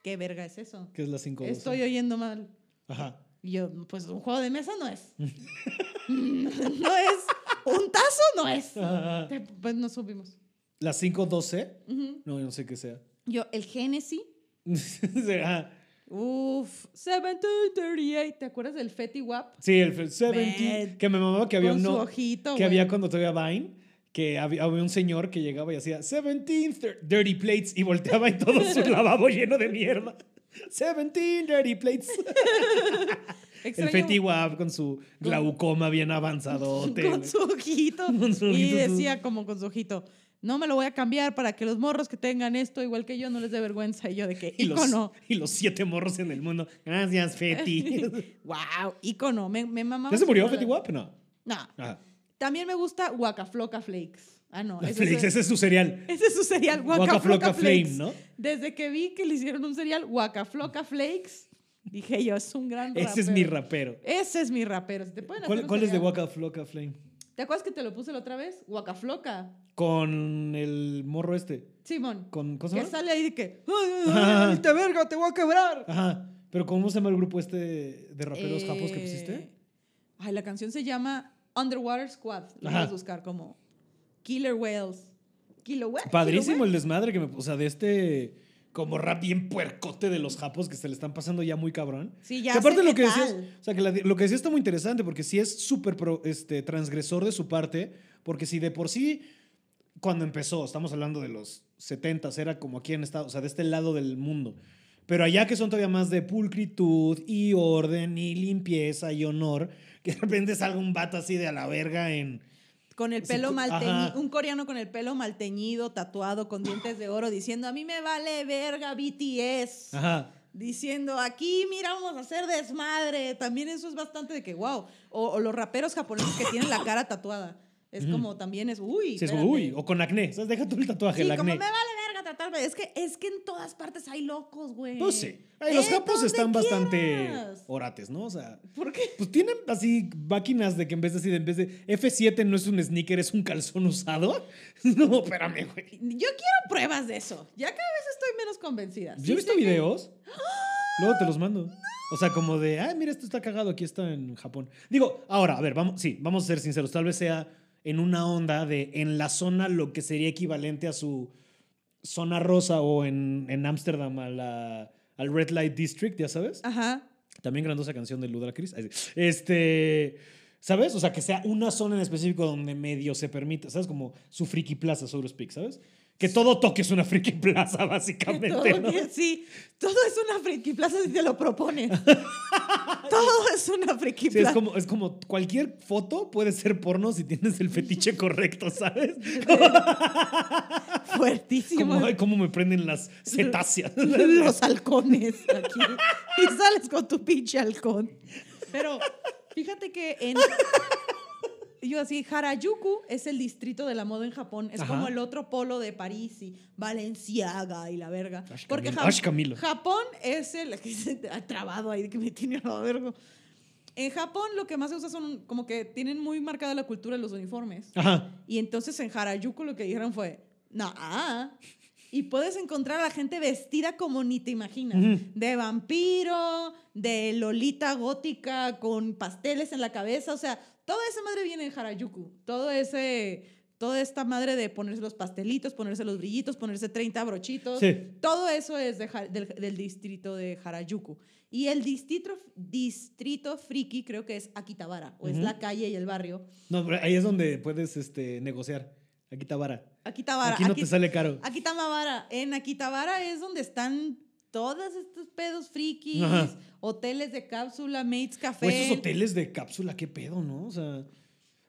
¿qué verga es eso? ¿Qué es la 5 Estoy oyendo mal. Ajá. Y yo, pues un juego de mesa no es. no es. Un tazo no es. Ah, ah, ah. Pues nos subimos. ¿La 512? Ujú. No, yo no sé qué sea. Yo, el Genesis. Ah, Uf, 1738. ¿Te acuerdas del Fetty Wap? sí, el fe- 17. Ven. Que me mamaba que había Con su uno. ojito. Que güey. había cuando todavía Vine. Que había, había un señor que llegaba y hacía 17 dirty plates y volteaba y todo su lavabo lleno de mierda. 17 dirty plates. El Extraño- Fetty Wap con su glaucoma bien avanzado. Con su ojito. Con su y ojito, tú. decía como con su ojito. No me lo voy a cambiar para que los morros que tengan esto, igual que yo, no les dé vergüenza. Y yo de que, y, los, ícono. y los siete morros en el mundo. Gracias, Fetty. wow, ícono. Me, me mamaba. ¿Ya se murió esa Fetty rola. Wap? No. No. Ah, También me gusta Waka Floca Flakes. Ah, no. ese Flakes, es- ese es su cereal. Ese es su cereal, Waka, Waka Flocka Flocka Flame, Flakes. ¿no? Desde que vi que le hicieron un cereal, Waka Flocka Flakes, dije yo, es un gran rapero. Ese es mi rapero. Ese es mi rapero. Si te pueden hacer ¿Cuál, un cuál es de cereal- Waka Flocka Flame? ¿Te acuerdas que te lo puse la otra vez? Waka Flocka. Con el morro este. Simón. Con, ¿Cómo se Que llama? sale ahí de que, "Ay, Ajá. ay, ay, te verga, te voy a quebrar. Ajá. Pero ¿cómo se llama el grupo este de raperos Eh, japos que pusiste? Ay, la canción se llama Underwater Squad. Lo Ajá. puedes buscar como Killer Whales. Killer Whales. Padrísimo el desmadre que me... O sea, de este... Como rap bien puercote de los japos que se le están pasando ya muy cabrón. Sí, ya Que aparte sé lo qué que decías, tal. o sea, que la- lo que decías está muy interesante porque sí es súper pro- este, transgresor de su parte, porque si de por sí, cuando empezó, estamos hablando de los 70s, era como aquí en Estados, o sea, de este lado del mundo. Pero allá que son todavía más de pulcritud y orden y limpieza y honor, que de repente salga un vato así de a la verga en... Con el Sí, pelo co- mal ajá. teñido, un coreano con el pelo mal teñido, tatuado, con dientes de oro, diciendo, a mí me vale verga BTS. Ajá. Diciendo, aquí, mira, vamos a hacer desmadre. También eso es bastante de que, wow. O, o los raperos japoneses que tienen la cara tatuada. Es como también es, uy. Sí, es espérate". como, uy, o con acné, o sea, deja tú el tatuaje, Sí, el como acné. me vale verga tratarme. Es que, es que en todas partes hay locos, güey. Pues sí. Ay, los Eh, japos donde están bastante quieras. orates, ¿no? O sea, ¿Por qué? Pues tienen así máquinas de que en vez de así, de- en vez de F7 no es un sneaker, es un calzón usado. No, espérame, güey. Yo quiero pruebas de eso. Ya cada vez estoy menos convencida. Yo Sí he visto sé que- ¡Ah! videos. Luego te los mando. O sea, como de, ay, mira, esto está cagado, aquí está en Japón. Digo, ahora, a ver, vamos, sí, vamos a ser sinceros. Tal vez sea en una onda de en la zona lo que sería equivalente a su zona rosa o en en Ámsterdam a la- al Red Light District, ya sabes. Ajá. También grandosa canción de Ludacris. Ay, sí. Este. ¿Sabes? O sea, que sea una zona en específico donde medio se permite, ¿sabes? Como su friki plaza, sobre speak, ¿sabes? Que todo toque es una friki plaza, Que básicamente. todo ¿no? que- sí, todo es una friki plaza si te lo propones. Todo es una friki Sí, es plat. como, es como cualquier foto puede ser porno si tienes el fetiche correcto, ¿sabes? Fuertísimo. Como, ay, cómo me prenden las cetáceas. Los halcones aquí. Y sales con tu pinche halcón. Pero fíjate que en. Yo así, Harajuku es el distrito de la moda en Japón. Es Ajá. como el otro polo de París y Valenciaga y la verga. Ash Porque Camilo, Jap- Ash Camilo. Japón es el. ha trabado ahí que me tiene a la verga. En Japón lo que más se usa son como que tienen muy marcada la cultura de los uniformes. Ajá. Y entonces en Harajuku lo que dijeron fue, no, ah". y puedes encontrar a la gente vestida como ni te imaginas, Ujú. de vampiro, de lolita gótica con pasteles en la cabeza, o sea, toda esa madre viene en Harajuku, todo ese, toda esta madre de ponerse los pastelitos, ponerse los brillitos, ponerse 30 brochitos, Sí. todo eso es de Ja- del, del distrito de Harajuku. Y el distrito, distrito friki creo que es Akitabara, o es Ujú. la calle y el barrio. No, pero ahí es donde puedes este, negociar. Aquí está vara. Akitabara. Aquí no Aki- te sale caro. Akitabara. En Akitabara es donde están todos estos pedos frikis, Ajá. hoteles de cápsula, mates O café. esos hoteles de cápsula, qué pedo, ¿no? O sea,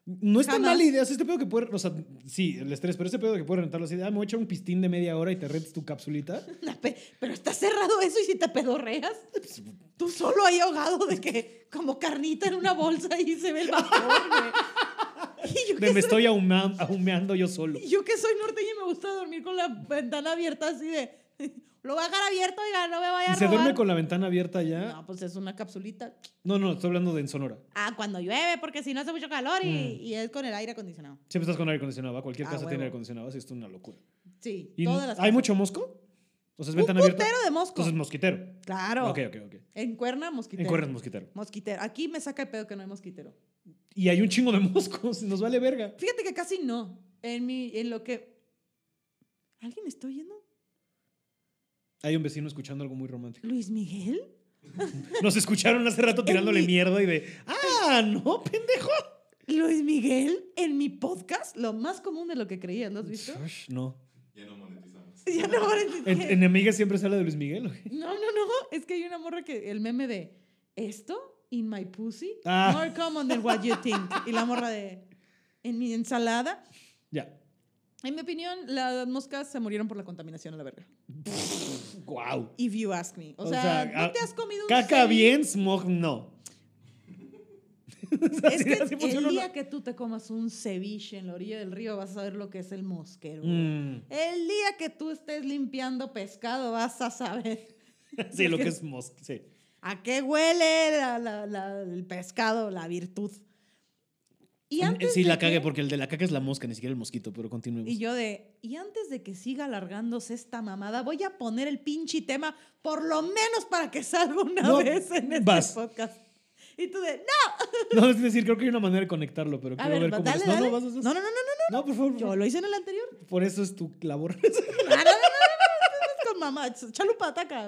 no es tan Jamás. mala idea. O sea, este pedo que puede. O sea, sí, el estrés, pero este pedo que puede rentarlo así de, ah, me voy a echar un pistín de media hora y te rentas tu capsulita. Una pe- Pero está cerrado eso y si te pedorreas, pues, tú solo ahí ahogado de que como carnita en una bolsa y se ve el vapor, güey. Y yo, De que me soy, estoy ahuma- ahumeando yo solo. y yo que soy norteña y me gusta dormir con la ventana abierta así de... Lo voy a dejar abierto, oiga, no me vaya a ¿Y se robar". duerme con la ventana abierta ya? No, pues es una capsulita. No, no, estoy hablando de en Sonora. Ah, cuando llueve, porque si no hace mucho calor y, Mm. y es con el aire acondicionado. Siempre estás con aire acondicionado. ¿va? Cualquier Ah, casa tiene huevo. aire acondicionado, así es una locura. Sí, ¿Y todas las ¿Hay cosas. mucho mosco? O sea, es Un ventana putero abierta. de mosco. Entonces mosquitero. claro. Ok, ok, ok. En cuerna, mosquitero. En cuerdas mosquitero. Mosquitero. Aquí me saca el pedo que no hay mosquitero. Y hay un chingo de moscos, nos vale verga. Fíjate que casi no. En, mi, en lo que... ¿Alguien está oyendo? Hay un vecino escuchando algo muy romántico. ¿Luis Miguel? Nos escucharon hace rato tirándole mi- mierda y de, ah, no, pendejo. ¿Luis Miguel? En mi podcast, lo más común de lo que creías, ¿lo has visto? Ush, no. Ya no monetizamos. ya no, ahora ¿En, entendí. enemiga siempre sale de Luis Miguel. o qué? no, no, no. Es que hay una morra que... El meme de... ¿Esto? ¿In my pussy? Ah. More common than what you think. Y la morra de... ¿En mi ensalada? Ya. En mi opinión, las moscas se murieron por la contaminación a la verga. Wow. If you ask me. O, O sea, sea, ¿no ah, te has comido un Caca ceviche? bien, smog no. Es Así- que así el funciona, día ¿no? que tú te comas un ceviche en la orilla del río vas a saber lo que es el mosquero. Mm, El día que tú estés limpiando pescado vas a saber sí, lo que es mosca. Sí. a qué huele la- la- la- el pescado, la virtud. Y antes Mm, sí, de la que- cagué porque el de la caca es la mosca, ni siquiera el mosquito, pero continuemos. Y yo de, y antes de que siga alargándose esta mamada, voy a poner el pinche tema por lo menos para que salga una No, vez en este vas. podcast. Y tú de, No, es decir, creo que hay una manera de conectarlo, pero no, a quiero ver, ver va- cómo dale, es. dale. No, no, vas a no, no, no, no, No, por favor. yo lo hice en el anterior. Por eso es tu labor. Ah, No, no, no, no, no, no, con mamá, chalupa, ataca.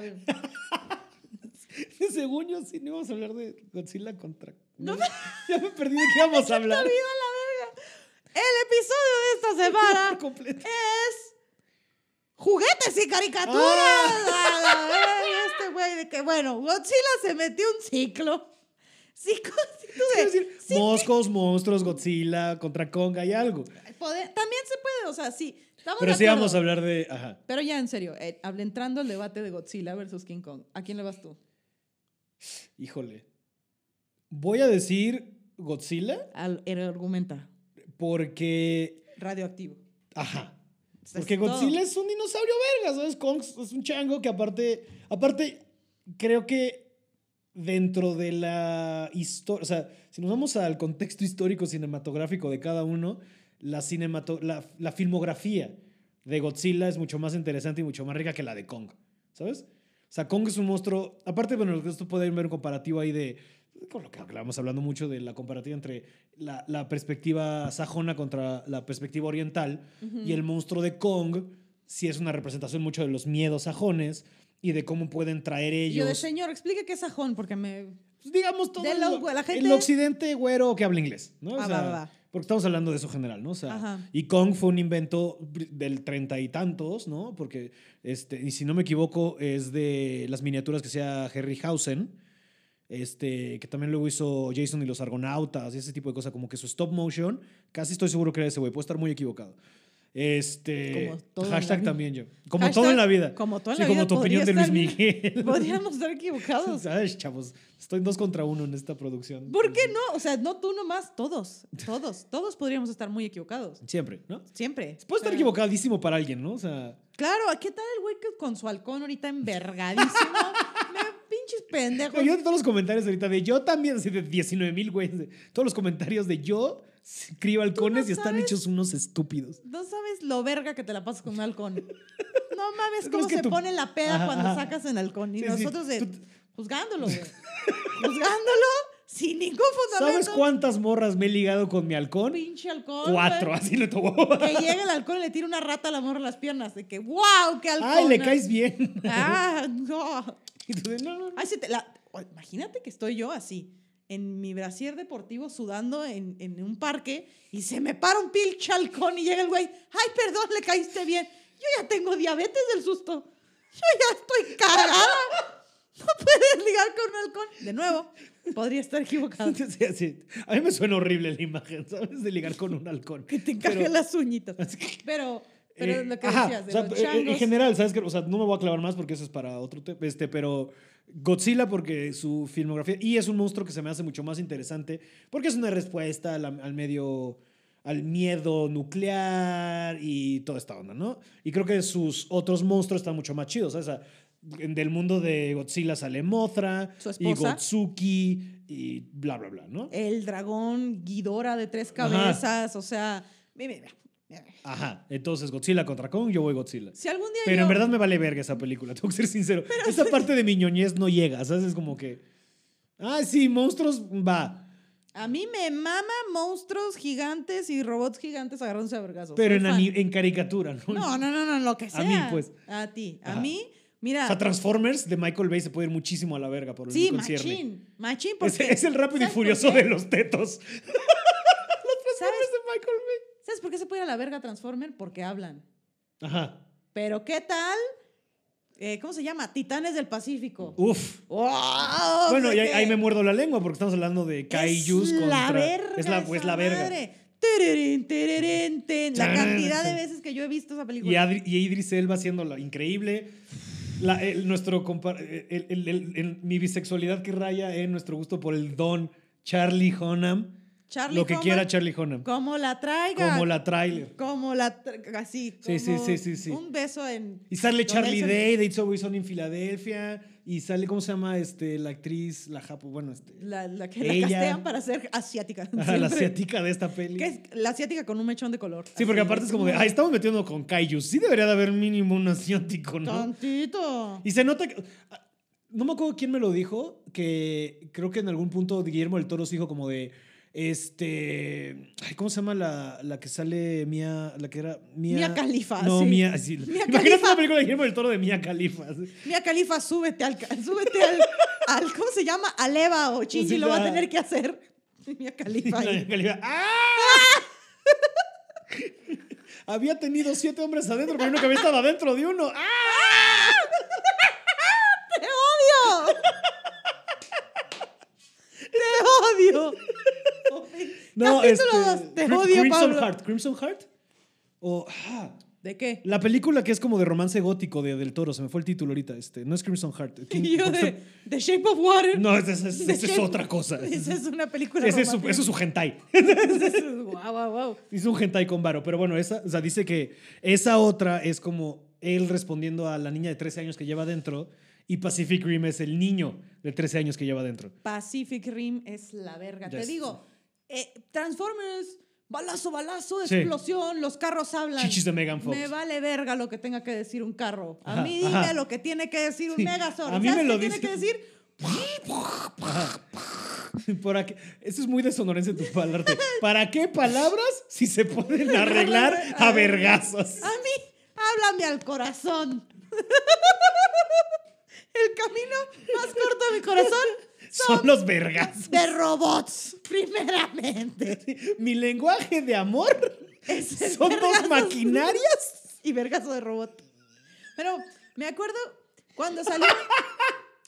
Según yo, sí, no íbamos a hablar de Godzilla contra. Ya me perdí de qué íbamos a hablar. El episodio de esta semana Por completo. es juguetes y caricaturas. A la verga, este güey de que, bueno, Godzilla se metió un ciclo. Ciclo, ciclo de- Quiero decir, moscos, monstruos, Godzilla, contra Kong, hay algo. Poder- también se puede, o sea, sí. Estamos Pero de sí acuerdo. vamos a hablar de. Ajá. Pero ya en serio, eh, hable- entrando al debate de Godzilla versus King Kong, ¿a quién le vas tú? Híjole. Voy a decir Godzilla Al el argumenta porque. radioactivo. Ajá. O sea, Porque es todo. Godzilla es un dinosaurio verga, ¿sabes? Kong es un chango que aparte, aparte, creo que dentro de la historia, o sea, si nos vamos al contexto histórico cinematográfico de cada uno, la, cinemato la, la filmografía de Godzilla es mucho más interesante y mucho más rica que la de Kong, ¿sabes? O sea, Kong es un monstruo, aparte, bueno, esto puede ver un comparativo ahí de, con lo que hablábamos hablando mucho de la comparativa entre la, la perspectiva sajona contra la perspectiva oriental, y el monstruo de Kong sí es una representación mucho de los miedos sajones y de cómo pueden traer Y Yo de ellos, señor, explique qué es sajón, porque me. pues, digamos, todo de el, lo- la gente- el occidente güero que habla inglés, ¿no? O Ah, sea, va, va. Porque estamos hablando de eso general, ¿no? O sea, Ajá. y Kong fue un invento br- del treinta y tantos, ¿no? Porque, este, y si no me equivoco, es de las miniaturas que sea Harryhausen, este, que también luego hizo Jason y los Argonautas y ese tipo de cosas, como que su stop motion, casi estoy seguro que era ese güey, puedo estar muy equivocado. Este, Como todo en la hashtag vida. también yo. Como Hashtag, todo en la vida. Como todo en Sí, la como vida, tu opinión de podría Luis Miguel. Podríamos estar equivocados. ¿Sabes, chavos? Estoy en dos contra uno en esta producción. ¿Por qué no? O sea, no tú nomás, todos, todos, todos podríamos estar muy equivocados. Siempre, ¿no? Siempre. Puedes estar Pero- equivocadísimo para alguien, ¿no? O sea, Claro, ¿qué tal el güey que con su halcón ahorita envergadísimo? Me pinches pendejos. yo de todos los comentarios ahorita de yo también, así de 19 mil güeyes, de- todos los comentarios de yo crío halcones y están hechos unos estúpidos. No sabes lo verga que te la pasas con un halcón. No mames Es cómo que se tú- pone la peda Ajá, cuando ajá. sacas en halcón. Y Sí, sí, nosotros de- tú- juzgándolo, güey. Juzgándolo sin ningún fundamento. ¿Sabes cuántas morras me he ligado con mi halcón? Pinche halcón. Cuatro, güey. así le tomó. Que llega el halcón y le tira una rata a la morra en las piernas. De que, wow, qué halcón. eh? Ay, le caes bien. Ah, no. Y tú de, no, no, no. Ay, se te- la- o- imagínate que estoy yo así, en mi brasier deportivo, sudando en, en un parque, y se me para un pinche halcón y llega el güey, ay, perdón, le caíste bien. Yo ya tengo diabetes del susto. Yo ya estoy cagada. No puedes ligar con un halcón. De nuevo, podría estar equivocado. Sí, sí. A mí me suena horrible la imagen, ¿sabes? De ligar con un halcón. Que te encaje Pero- las uñitas. Pero, pero Eh, es lo que ajá, decías, de o sea, los eh, eh, En changos. general, ¿sabes qué? O sea, no me voy a clavar más porque eso es para otro tema. Este, pero Godzilla, porque su filmografía. Y es un monstruo que se me hace mucho más interesante porque es una respuesta a la- al, medio. al miedo nuclear y toda esta onda, ¿no? Y creo que sus otros monstruos están mucho más chidos, ¿sabes? O sea, en- del mundo de Godzilla sale Mothra Su y esposa. Eh. Gotsuki y bla, bla, bla, ¿no? El dragón Guidora de tres Ajá. cabezas, o sea, mira, mira, mira. Ajá. Entonces, Godzilla contra Kong, yo voy Godzilla. Si algún día Pero yo- en verdad me vale verga esa película, tengo que ser sincero. esa parte de mi ñoñez no llega, ¿sabes? Es como que. Ah, sí, monstruos, va. A mí me mama monstruos gigantes y robots gigantes agarrándose a vergazos. Pero Soy en, fan. ani- en caricatura, ¿no? No, no, no, no, lo que sea. A mí, pues. A ti. A Ajá. mí, O sea, mira. Transformers de Michael Bay se puede ir muchísimo a la verga por el Sí, concierne. machín. Machín, Es, porque. es el rápido y ¿sabes por furioso qué? de los tetos. ¿Sabes, de Michael ¿Sabes por qué se puede ir a la verga Transformer? Porque hablan. Bay. Ajá. Pero ¿qué tal? Eh, ¿Cómo se llama? Titanes del Pacífico. ¡Oh, Uf. ¡Wow! bueno, de y ahí, que ahí me muerdo la lengua porque estamos hablando de es Kaijus contra. La verga es la, es esa la verga. madre. Tererén, tererén, ten. La Chan. cantidad de veces que yo he visto esa película. Y, Adri- y Idris Elba haciéndola increíble. La- el- nuestro compa- el- el- el- el- mi bisexualidad que raya en nuestro gusto por el don Charlie Honam. Charlie lo que Homer, quiera Charlie Honam. Como la traiga. Como la trailer. Como la. tra- Así. Sí, sí, como sí, sí, sí. Un beso en. Y sale Donde él Charlie se- Day de It's Always Sunny en Filadelfia. Y sale, ¿cómo se llama? Este, la actriz, la japo, bueno, este, La, la que la Ella. castean para ser asiática. la siempre. asiática de esta peli. Que es la asiática con un mechón de color. Sí, porque Así, aparte es como de, ay, estamos metiendo con Kaijus. Sí debería de haber mínimo un asiático, ¿no? Tantito. Y se nota que. No me acuerdo quién me lo dijo, que creo que en algún punto Guillermo del Toro se dijo como de. Este. ay, ¿Cómo se llama la, la que sale Mía. La que era. Mía, Mía Khalifa, No, sí. Mía. sí. Mía Imagínate Khalifa. una película de Guillermo del Toro de Mía Califa. Mira, Califa, súbete al. ca- Súbete al, al- ¿Cómo se llama? Al Eva o Chingy Sí, lo va a ah. tener que hacer. Mira, Califa. Mía Khalifa. ¡Ah! Había tenido siete hombres adentro, pero uno que había estado adentro de uno. ¡Ah! ¡Te odio! ¡Te odio! Capítulo dos, te este, Crim- odio, Crimson Pablo. Heart. ¿Crimson Heart? O. ah, ¿De qué? La película que es como de romance gótico de Del Toro, se me fue el título ahorita, este, no es Crimson Heart. King- Y yo de The Shape of Water. No, esa esa- esa- The esa es Shape- otra cosa. Esa es una película. Ese es su, romántica. eso es su hentai. Guau, guau, guau. Es un hentai con varo, pero bueno, esa, o sea, dice que esa otra es como él respondiendo a la niña de 13 años que lleva adentro y Pacific Rim es el niño de 13 años que lleva adentro. Pacific Rim es la verga. Ya Te es- digo, eh, Transformers, balazo, balazo, Sí. explosión, los carros hablan. Chichis de Megan Fox. Me vale verga lo que tenga que decir un carro. A Ajá, mí dime ajá. lo que tiene que decir un Sí, Megazord. a mí ¿Sabes me lo qué dice- tiene que decir? Por aquí- Eso es muy desonorense tu palarte. ¿Para qué palabras si se pueden arreglar a vergazos? A mí, háblame al corazón. El camino más corto a mi corazón son, Son los vergazos. de robots, primeramente. Mi lenguaje de amor Es el son dos vergazo. maquinarias. Y vergazo de robot. Pero me acuerdo cuando salió.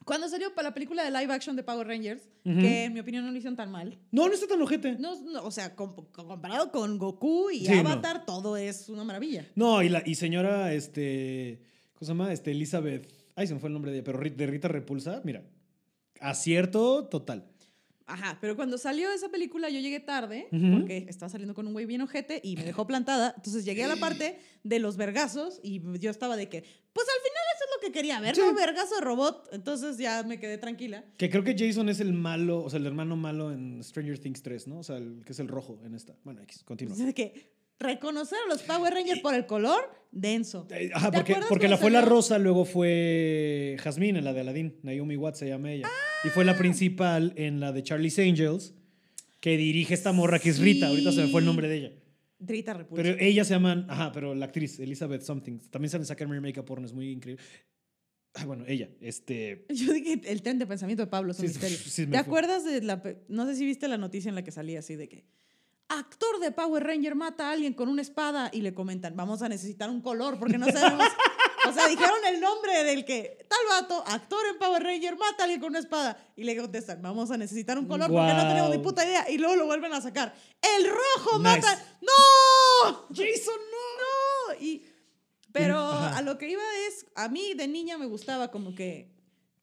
Cuando salió para la película de live action de Power Rangers, Ujú. que en mi opinión no lo hicieron tan mal. No, no está tan ojete. No, no, o sea, com- com- comparado con Goku y Sí, no. Avatar, todo es una maravilla. No, y, la, y señora, este. ¿Cómo se llama? Este, Elizabeth. Ay, se me fue el nombre de ella, pero Ri- de Rita Repulsa, mira. Acierto total. Ajá, pero cuando salió esa película yo llegué tarde Ujú. porque estaba saliendo con un güey bien ojete y me dejó plantada. Entonces llegué a la parte de los vergazos y yo estaba de que, pues al final eso es lo que quería ver, Sí. ¿no? Vergazo de robot. Entonces ya me quedé tranquila. Que creo que Jason es el malo, o sea, el hermano malo en Stranger Things 3, ¿no? O sea, el que es el rojo en esta. Bueno, X, continúa. Entonces de que reconocer a los Power Rangers por el color, denso. Eh, Ajá, ¿Te porque, acuerdas porque la cuando fue la salió? rosa, luego fue Jasmine en la de Aladdin, Naomi Watts se llama ella. Y fue Ah. la principal en la de Charlie's Angels, que dirige esta morra que es Rita, ahorita se me fue el Sí. nombre de ella. Drita repulsa. Pero ella se llaman, ajá, pero la actriz, Elizabeth Something, también sale en Sacan Mary Makeup Porno, es muy increíble. Ah, bueno, ella, este... Yo dije, el tren de pensamiento de Pablo es un Sí, misterio. sí, me ¿Te fue. acuerdas de la... pe- No sé si viste la noticia en la que salía así de que actor de Power Ranger mata a alguien con una espada y le comentan, vamos a necesitar un color porque no sabemos... O sea, dijeron el nombre del que tal vato, actor en Power Ranger, mata a alguien con una espada. Y le contestan, vamos a necesitar un color porque no tenemos ni Guau. puta idea. Y luego lo vuelven a sacar. El rojo Nice. mata. ¡No! Jason, no. Y, pero Ajá. a lo que iba es, a mí de niña me gustaba como que...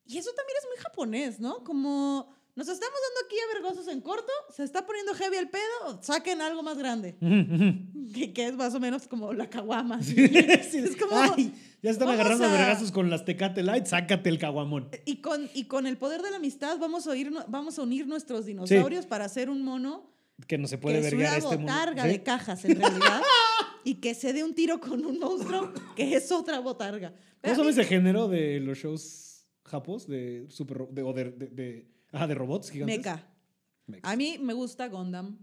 Y eso también es muy japonés, ¿no? Como nos estamos dando aquí a vergosos en corto, se está poniendo heavy el pedo, saquen algo más grande. Ujú, ujú. Que, que es más o menos como la caguama. así. Sí, Es como- ay, ya están vamos agarrando a- vergazos con las Tecate Light, sácate el caguamón. Y con, y con el poder de la amistad vamos a, oír- vamos a unir nuestros dinosaurios para hacer un mono Que no se puede que es una vergar este mundo. botarga ¿Sí? de cajas en realidad y que se dé un tiro con un monstruo que es otra botarga. Pero ¿Cómo a mí- sabes el género de los shows japos? De super ro- de, o de, de, de- ajá, de robots gigantes. Meca. Mechas. A mí me gusta Gundam.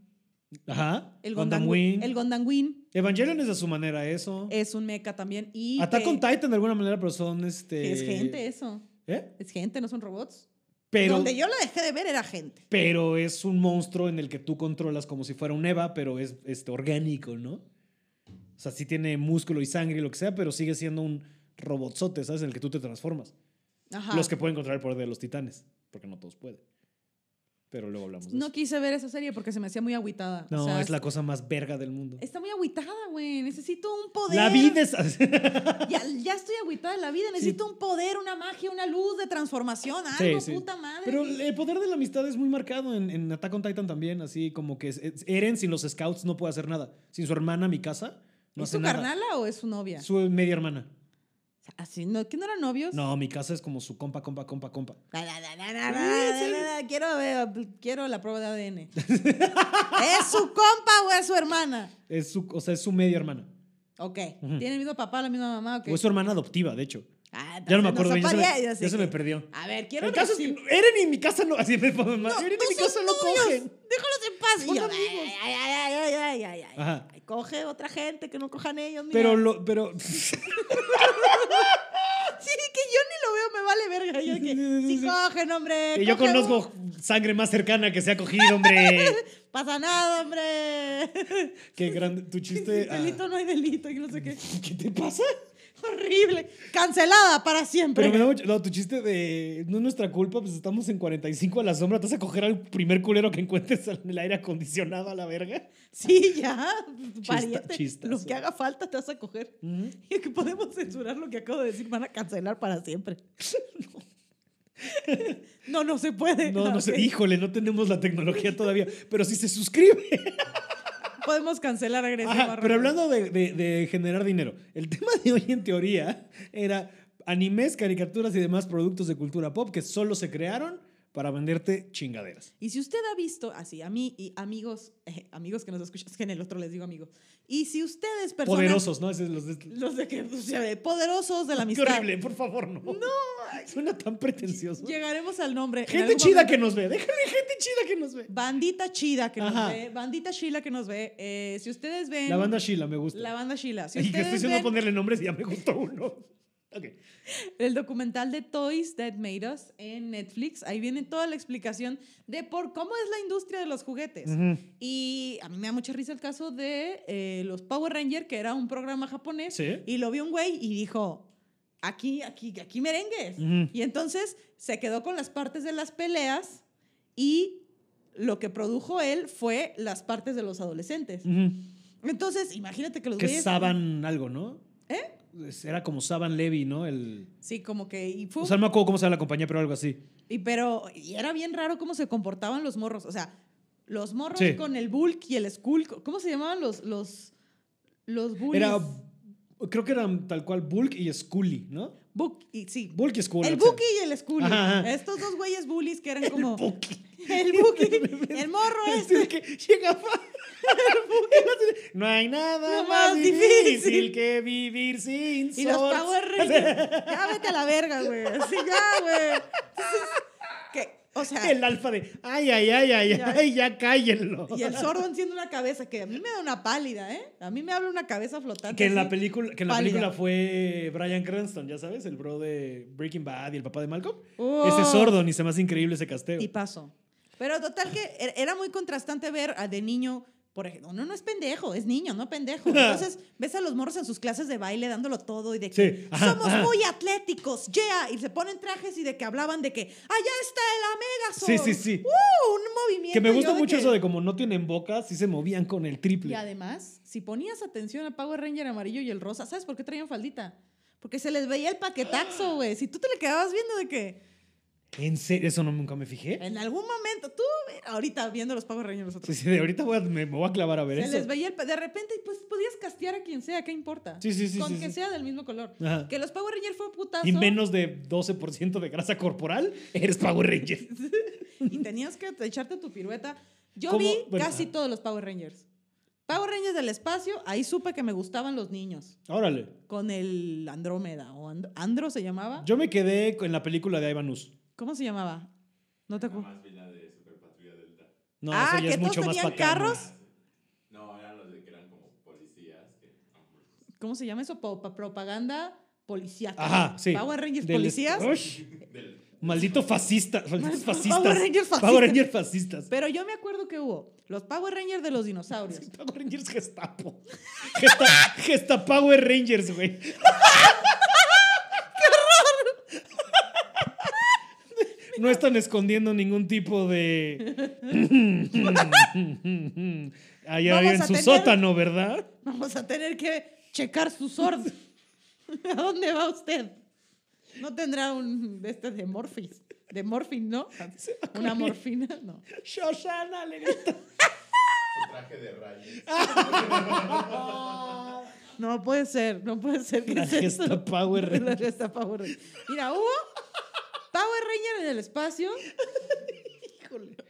Ajá. El Gundam Gundam, Wing. El Gundam Wing Evangelion es a su manera eso. es un mecha también. Y Attack que- on Titan de alguna manera, pero son este. que es gente eso. ¿Eh? Es gente, no son robots. Pero, Donde yo la dejé de ver era gente. pero es un monstruo en el que tú controlas como si fuera un Eva, pero es este, orgánico, ¿no? O sea, sí tiene músculo y sangre y lo que sea, pero sigue siendo un robotzote, ¿sabes? En el que tú te transformas. Ajá. Los que pueden controlar el poder de los titanes, porque no todos pueden. Pero luego hablamos de eso. No quise ver esa serie porque se me hacía muy agüitada. O No, sea, es la cosa más verga del mundo. Está muy agüitada, güey. Necesito un poder. La vida es. Ya, ya estoy agüitada de la vida. Necesito un poder, una magia, una luz de transformación. Sí, Algo, sí. puta madre. Pero el poder de la amistad es muy marcado en, en Attack on Titan también, así como que es- es- Eren sin los scouts no puede hacer nada. Sin su hermana, mi casa, no ¿Es hace su nada. carnala o es su novia? Su media hermana. O sea, Así, ¿no? ¿Que no eran novios? No, mi casa es como su compa, compa, compa, compa. La, la, la, la, la, la, la, la, la. Quiero, ver- quiero la prueba de ADN. ¿Es su compa o es su hermana? Es su, o sea, es su media hermana. Ok. Ujú. ¿Tiene el mismo papá, la misma mamá? ok. O es su hermana adoptiva, de hecho. Ah, Ya no me entonces acuerdo bien, ya paría, se me, yo sé ya se me que- perdió. A ver, quiero El caso es que decir- Eren y mi casa no. Así me pone mal. No, Eren no y mi son casa no novios. cogen. Déjalos en paz. Son Y yo, amigos. ay, ay, ay, ay, ay, ay, ay, Ajá. ay, Coge otra gente que no cojan ellos. mira. Pero lo. Pero. Sí, que yo ni lo veo, me vale verga. Yo de que, sí, cogen, hombre. Y yo cogen, conozco sangre más cercana que se ha cogido, hombre. Pasa nada, hombre. Qué grande. Tu chiste. Sin ah, delito no hay delito. Y no sé qué. ¿Qué te pasa? Horrible. Cancelada para siempre. Pero me da mucho- No, tu chiste de. No es nuestra culpa, pues estamos en 45 a la sombra. Te vas a coger al primer culero que encuentres en el aire acondicionado a la verga. Sí, ya. pariente, chistazo. Lo que haga falta te vas a coger. Y que podemos censurar lo que acabo de decir, van a cancelar para siempre. No, no se puede. No, no Ok. sé. Híjole, no tenemos la tecnología todavía. Pero si se suscribe. Podemos cancelar agresivo. Ajá, pero hablando de, de- de generar dinero, el tema de hoy en teoría era animes, caricaturas y demás productos de cultura pop que solo se crearon para venderte chingaderas. Y si usted ha visto, así, a mí y amigos, eh, amigos que nos escuchan, es que en el otro les digo amigos. Y si ustedes, personas. Poderosos, ¿no? Ese es los de- este. Los de que, o sea, de poderosos de la Qué amistad. horrible, por favor, no. Suena tan pretencioso. Llegaremos al nombre. en Gente algún chida momento. que nos ve, déjale gente chida que nos ve. Bandita chida que Ajá. nos ve. Bandita chila que nos ve. Eh, si ustedes ven. La banda Sheila me gusta. La banda chila. Si y que estoy ustedes diciendo ven ponerle nombres y ya me gustó uno. Ok. el documental de Toys That Made Us en Netflix, ahí viene toda la explicación de por cómo es la industria de los juguetes. Ujú. Y a mí me da mucha risa el caso de eh, los Power Ranger, que era un programa japonés. Sí. Y lo vio un güey y dijo, aquí, aquí, aquí merengues. Ujú. Y entonces se quedó con las partes de las peleas y lo que produjo él fue las partes de los adolescentes. Ujú. Entonces, imagínate que los Que güeyes... es Saban algo, ¿no? ¿Eh? Era como Saban Levy, ¿no? El, Sí, como que... Y fue o sea, no me acuerdo cómo se llama la compañía, pero algo así. Y pero y era bien raro cómo se comportaban los morros. O sea, los morros Sí. con el bulk y el skull. ¿Cómo se llamaban los, los, los bullies? Era, creo que eran tal cual Bulk y Scully, ¿no? Bulk y, sí. Bulk y Scully. el o sea, Buki y el Scully. Ajá, ajá. Estos dos güeyes bullies que eran como. El Buki. El morro Es este. decir, que llegaba. no hay nada Lo más más difícil, difícil. que vivir sin Y los sol. Power Rangers. Ya vete a la verga, güey. Así ya, güey. Entonces, que, o sea. El alfa de ay, ay, ay, ay, Ya. ay, ya cállenlo. y el sordo enciende una cabeza que a mí me da una pálida, ¿eh? A mí me abre una cabeza flotante. Que en la así. película, que en la Pálida. película fue Brian Cranston, ya sabes, el bro de Breaking Bad y el papá de Malcolm. Oh. Ese sordo, ni se me hace increíble ese casteo. Y paso. Pero total que er- era muy contrastante ver a de niño, por ejemplo, uno no es pendejo, es niño, no pendejo. Entonces ves a los morros en sus clases de baile dándolo todo y de que Sí, ajá, somos ajá. muy atléticos, yeah, y se ponen trajes y de que hablaban de que allá está el Amegaso. Sí, sí, sí. ¡Uh! un movimiento. Que me y gusta yo de mucho que- eso de como no tienen boca, sí se movían con el Y triple. además, si ponías atención al Power Ranger amarillo y el rosa, ¿sabes por qué traían faldita? Porque se les veía el paquetaxo, güey. Si tú te le quedabas viendo de que En serio, eso no nunca me fijé. en algún momento, tú eh, ahorita viendo los Power Rangers nosotros. Sí, sí, de ahorita voy a- me, me voy a clavar a ver Se eso. les veía el pe- de repente pues podías castear a quien sea, ¿qué importa? Sí, sí, sí, Con sí, que sí. sea del mismo color. Ajá. Que los Power Rangers fue un putazo. Y menos de 12% de grasa corporal, eres Power Ranger. y tenías que echarte tu pirueta. Yo ¿Cómo? vi Bueno, casi ajá. todos los Power Rangers. Power Rangers del espacio, ahí supe que me gustaban los niños. Órale. Con el Andrómeda o And- Andro se llamaba. Yo me quedé en la película de Ivanus. ¿Cómo se llamaba? No te acuerdas. Más vi la de Super Patrulla Delta. No, Ah, eso ya que es todos mucho más tenían patán. carros. No, eran los de que eran como policías. Que, ¿Cómo se llama eso? Po- pa- propaganda policial. Ajá, sí. Power Rangers Del- policías. Uy, del, maldito fascista. Malditos fascistas. Power Rangers fascistas. Power Rangers fascistas. Pero yo me acuerdo que hubo los Power Rangers de los dinosaurios. Power Rangers Gestapo. Gesta, Gesta Power Rangers, güey. ¡Qué horror! No están escondiendo ningún tipo de. Allá Vamos en a su tener- sótano, ¿verdad? Vamos a tener que checar su sordo. ¿A dónde va usted? No tendrá un de este de morfis, de morfin, ¿no? Una morfina, no. Shoshana le grita. su traje de rayas. No puede ser, no puede ser que La sea eso. Gesta Power Ranger. La Gesta Power Ranger. Mira, hubo Power Ranger en el espacio.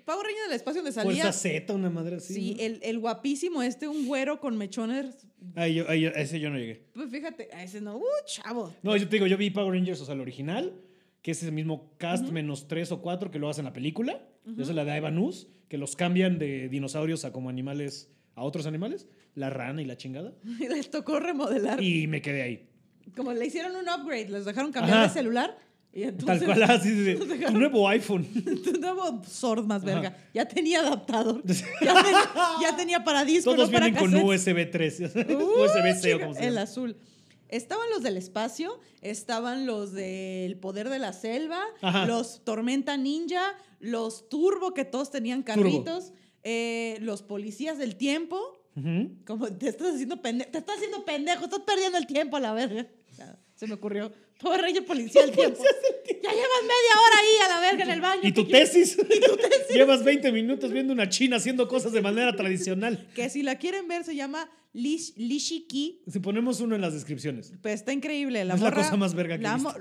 Power Ranger en el espacio donde salía. Fuerza Z, una madre así. Sí, eh. ¿no? el, el guapísimo este, un güero con mechones. Ay, yo- ay, yo- a ese yo no llegué. Pues fíjate, a ese no. Uh, chavo. No, yo te digo, yo vi Power Rangers, o sea, el original, que es el mismo cast menos tres o cuatro que lo hacen en la película. Yo soy la de Ivanus, que los cambian de dinosaurios a como animales, a otros animales, la rana y la chingada. Les tocó remodelar. Y me quedé ahí. como le hicieron un upgrade, les dejaron cambiar Ajá. de celular. Y entonces, Tal cual, ah, así de, nos tu dejaron- nuevo iPhone. tu nuevo Sword más Ajá. verga. Ya tenía adaptador. Ya, ten- ya tenía para disco, Todos no para vienen con cassette. USB 3, Uh, USB-C o chica, como se El llama. azul. Estaban los del espacio, estaban los del poder de la selva, Ajá. los tormenta ninja, los turbo que todos tenían Turbo. carritos, eh, los policías del tiempo. Ujú. Como te estás haciendo pendejo, te estás haciendo pendejo, estás perdiendo el tiempo a la verga. Ya, Se me ocurrió. Pobre Ranger policía del tiempo. Ya llevas media hora ahí a la verga en el baño. ¿Y tu que- tesis? Llevas 20 minutos viendo una china haciendo cosas de manera tradicional. Que si la quieren ver se llama Lish- Lishiki. Si ponemos uno en las descripciones. Pues está increíble. La Es la morra- cosa más verga que he mo-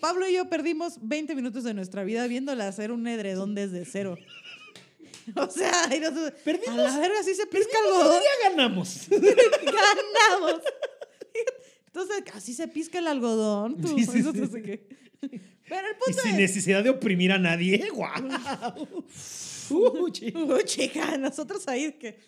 Pablo y yo perdimos 20 minutos de nuestra vida viéndola hacer un edredón desde cero. O sea, y nosotros, Perdimos- a la verga sí se pisca Otro algodón. día ganamos. ganamos. Entonces, así se pisca el algodón. tú. Sí, sí, Eso sí, no sí. sé qué. Pero el Y punto sin es... necesidad de oprimir a nadie. ¡Guau! Uh, chi- Uh, chica, nosotros ahí es que...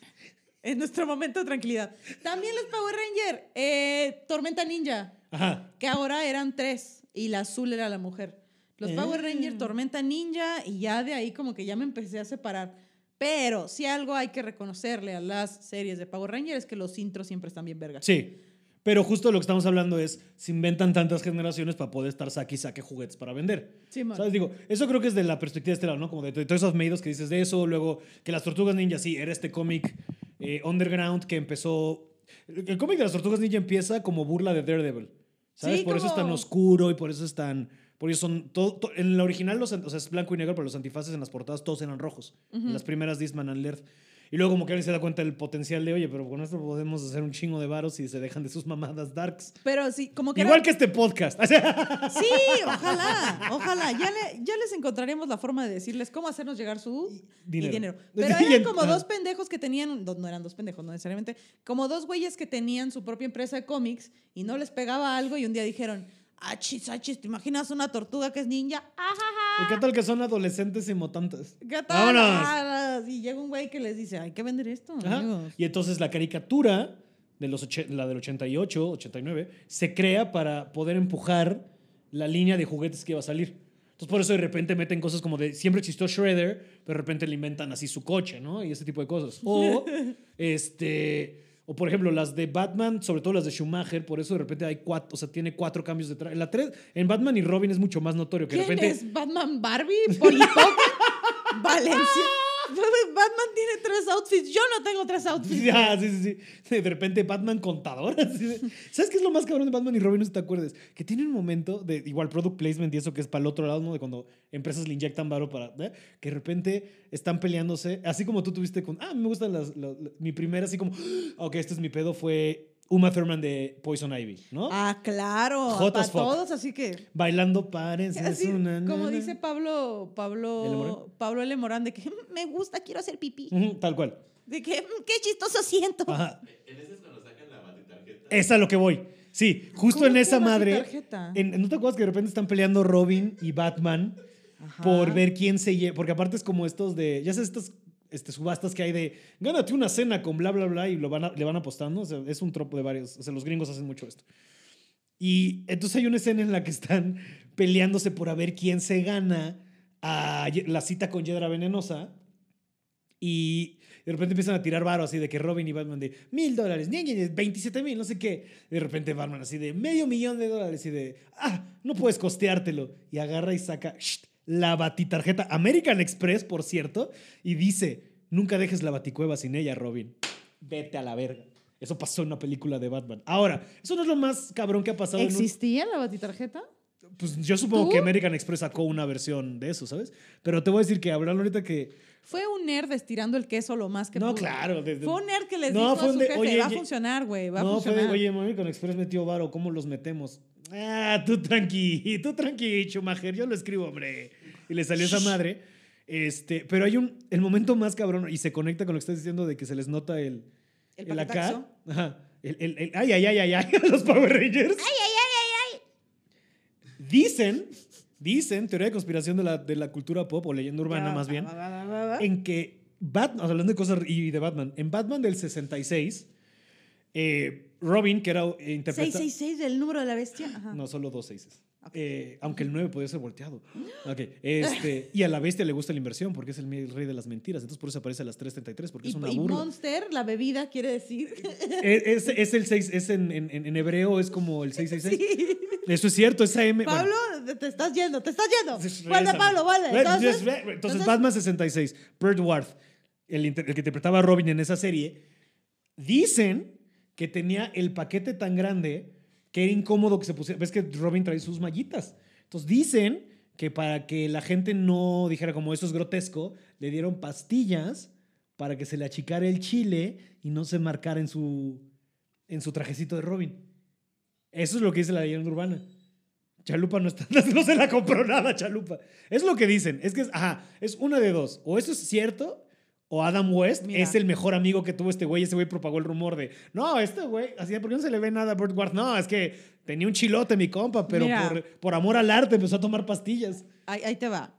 En nuestro momento de tranquilidad. También los Power Ranger, eh, Tormenta Ninja, Ajá. que ahora eran tres y la azul era la mujer. Los Power Ah. Ranger, Tormenta Ninja y ya de ahí como que ya me empecé a separar. Pero si algo hay que reconocerle a las series de Power Rangers es que los intros siempre están bien vergas. Sí. Pero justo lo que estamos hablando es, se inventan tantas generaciones para poder estar saque y saque juguetes para vender. Simón. ¿Sabes? Digo, eso creo que es de la perspectiva de este lado, ¿no? Como de, de todos esos medios que dices de eso, luego que las Tortugas Ninja, sí, era este cómic eh, underground que empezó... El el cómic de las Tortugas Ninja empieza como burla de Daredevil, ¿sabes? Sí, por eso es tan como- oscuro y por eso es tan... Por eso son todo, to- en la original los, an- o sea, es blanco y negro, pero los antifaces en las portadas todos eran rojos. En las primeras Disman and Laird. Y luego como que alguien se da cuenta del potencial de, oye, pero con esto podemos hacer un chingo de varos y se dejan de sus mamadas darks. Pero sí, como que... Igual era- que este podcast. Sí, ojalá, ojalá. Ya, le- ya les encontraremos la forma de decirles cómo hacernos llegar su dinero. Dinero. Pero Y eran el- como ajá. dos pendejos que tenían, un- no no eran dos pendejos, no necesariamente, como dos güeyes que tenían su propia empresa de cómics y no les pegaba algo y un día dijeron, achis, achis, ¿te imaginas una tortuga que es ninja? Ah, ¿Y qué tal que son adolescentes y mutantes? ¿Qué tal? ¡Vámonos! Y llega un güey que les dice, hay que vender esto, Ajá. amigos. Y entonces la caricatura, de los oche- la del 88, 89, se crea para poder empujar la línea de juguetes que iba a salir. Entonces por eso de repente meten cosas como de, siempre existió Shredder, pero de repente le inventan así su coche, ¿no? Y ese tipo de cosas. O, este, o por ejemplo, las de Batman, sobre todo las de Schumacher, por eso de repente hay cuatro, o sea, tiene cuatro cambios de traje. La tres, en Batman y Robin es mucho más notorio que de ¿Quién repente... es Batman Barbie? Polipoca, Valencia. Batman tiene tres outfits. Yo no tengo tres outfits. Ya, sí, sí, sí. De repente Batman contador. así de- ¿Sabes qué es lo más cabrón de Batman y Robin? No sé si te acuerdes. Que tiene un momento de igual product placement y eso que es para el otro lado, ¿no? De cuando empresas le inyectan varo para. ¿eh? Que de repente están peleándose. Así como tú tuviste con. Ah, me gustan las. las- las- mi primera, así como. "Ah, Ok, este es mi pedo. Fue Uma Thurman de Poison Ivy, ¿no? Ah, claro. Hot para as fuck. todos, así que. Bailando pares. es así, una como nana. dice Pablo, ¿L. Morán? Pablo, Pablo L. Morán, de que "Mm, me gusta, quiero hacer pipí. Ujú, tal cual. De que "Mm, qué chistoso siento. Mm. Ajá. En ese es cuando sacan la batitarjeta. Es a lo que voy. Sí, justo ¿Cómo en que esa una madre. tarjeta? en- ¿No te acuerdas que de repente están peleando Robin y Batman Ajá. por ver quién se lleva? Porque aparte es como estos de. Ya sabes, estas este, subastas que hay de. Gánate una cena con bla, bla, bla y lo van a- le van apostando. O sea, es un tropo de varios. O sea, los gringos hacen mucho esto. Y entonces hay una escena en la que están peleándose por a ver quién se gana a Ye- la cita con Yedra Venenosa. Y de repente empiezan a tirar varo así de que Robin y Batman de mil dólares, ñe, ñe, ñe, 27 mil, no sé qué. De repente Batman así de medio millón de dólares y de, ah, no puedes costeártelo. Y agarra y saca shht, la batitarjeta American Express, por cierto, y dice, nunca dejes la baticueva sin ella, Robin. Vete a la verga. Eso pasó en una película de Batman. Ahora, eso no es lo más cabrón que ha pasado. en un- ¿Existía la batitarjeta? pues yo supongo ¿Tú? que American Express sacó una versión de eso, ¿sabes? Pero te voy a decir que hablan ahorita que Fue un nerd estirando el queso lo más que No, pudo. claro, de- de- Fue un nerd que les No, dijo fue a un su de, jefe, "Oye, va a ye- funcionar, güey, va a no, fue funcionar. de, oye, mami, con Express metió varo, ¿cómo los metemos? Ah, tú tranqui, tú tranqui, Schumacher, yo lo escribo, hombre. Y le salió esa madre. Este, pero hay un, el momento más cabrón, y se conecta con lo que estás diciendo de que se les nota el, El el acá. paquetaxo. Ajá. El, el- el- ay, ay, ay, ay, ay, a los Power Rangers. Ay, ay, ay, ay, ay. Dicen, dicen, teoría de conspiración de la, de la cultura pop o leyenda urbana más bien en que Batman, hablando de cosas y de Batman, en Batman del 66, eh, Robin, que era eh, interpreta- 666 del número de la bestia. Ajá. No, solo dos seises. Eh, aunque el 9 podía ser volteado. Ok, este, y a la bestia le gusta la inversión porque es el mi- rey de las mentiras. Entonces por eso aparece a las 3.33 porque Y, es una y burla. Monster, la bebida, quiere decir. Es, es- es el 6, es en, en- en hebreo es como el 666. Sí. Eso es cierto, esa M. bueno. Pablo, te- te estás yendo, te estás yendo. Entonces, Vuelve, regrésame. Pablo, vuelve. Bueno, Entonces, entonces, ve- entonces, Batman 66, Burt Ward, el, inter- el que interpretaba a Robin en esa serie, dicen que tenía el paquete tan grande que era incómodo que se pusiera. Ves que Robin trae sus mallitas. Entonces dicen que para que la gente no dijera como eso es grotesco, le dieron pastillas para que se le achicara el chile y no se marcara en su, en su trajecito de Robin. Eso es lo que dice la leyenda urbana. Chalupa no está, no se la compró nada, Chalupa. Es lo que dicen, es que es, ajá, es una de dos. O eso es cierto, o Adam West Mira. es el mejor amigo que tuvo este güey. Ese güey propagó el rumor de, no, este güey, así de, ¿por qué no se le ve nada a Burt Ward? No, es que tenía un chilote mi compa, pero Mira. por, por amor al arte empezó a tomar pastillas. ahí, ahí te va.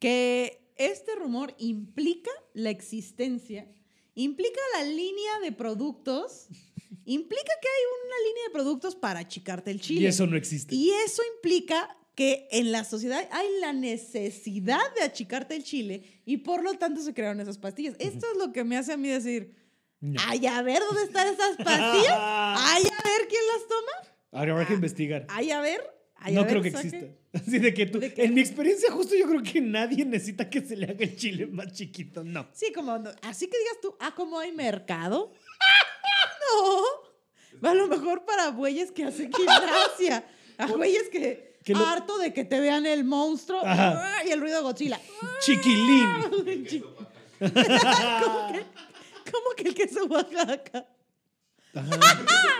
Que este rumor implica la existencia, implica la línea de productos, implica que hay una línea de productos para achicarte el chile. Y eso no existe. Y eso implica que en la sociedad hay la necesidad de achicarte el chile y por lo tanto se crearon esas pastillas. Esto es lo que me hace a mí decir, No. Ay, a ver dónde están esas pastillas. Ay, a ver quién las toma. Ahora habrá que investigar. Ay, a ver. Ay, a No ver, creo que saque. exista. Así de que tú. ¿De qué? En mi experiencia, justo yo creo que nadie necesita que se le haga el chile más chiquito. No. Sí, como no- así que digas tú, ah, como hay mercado. no. A lo mejor para bueyes que hacen gimnasia. A bueyes que, Que lo- harto de que te vean el monstruo Ajá. y el ruido de Godzilla. Chiquilín. ¿Cómo que el queso Oaxaca? Ajá.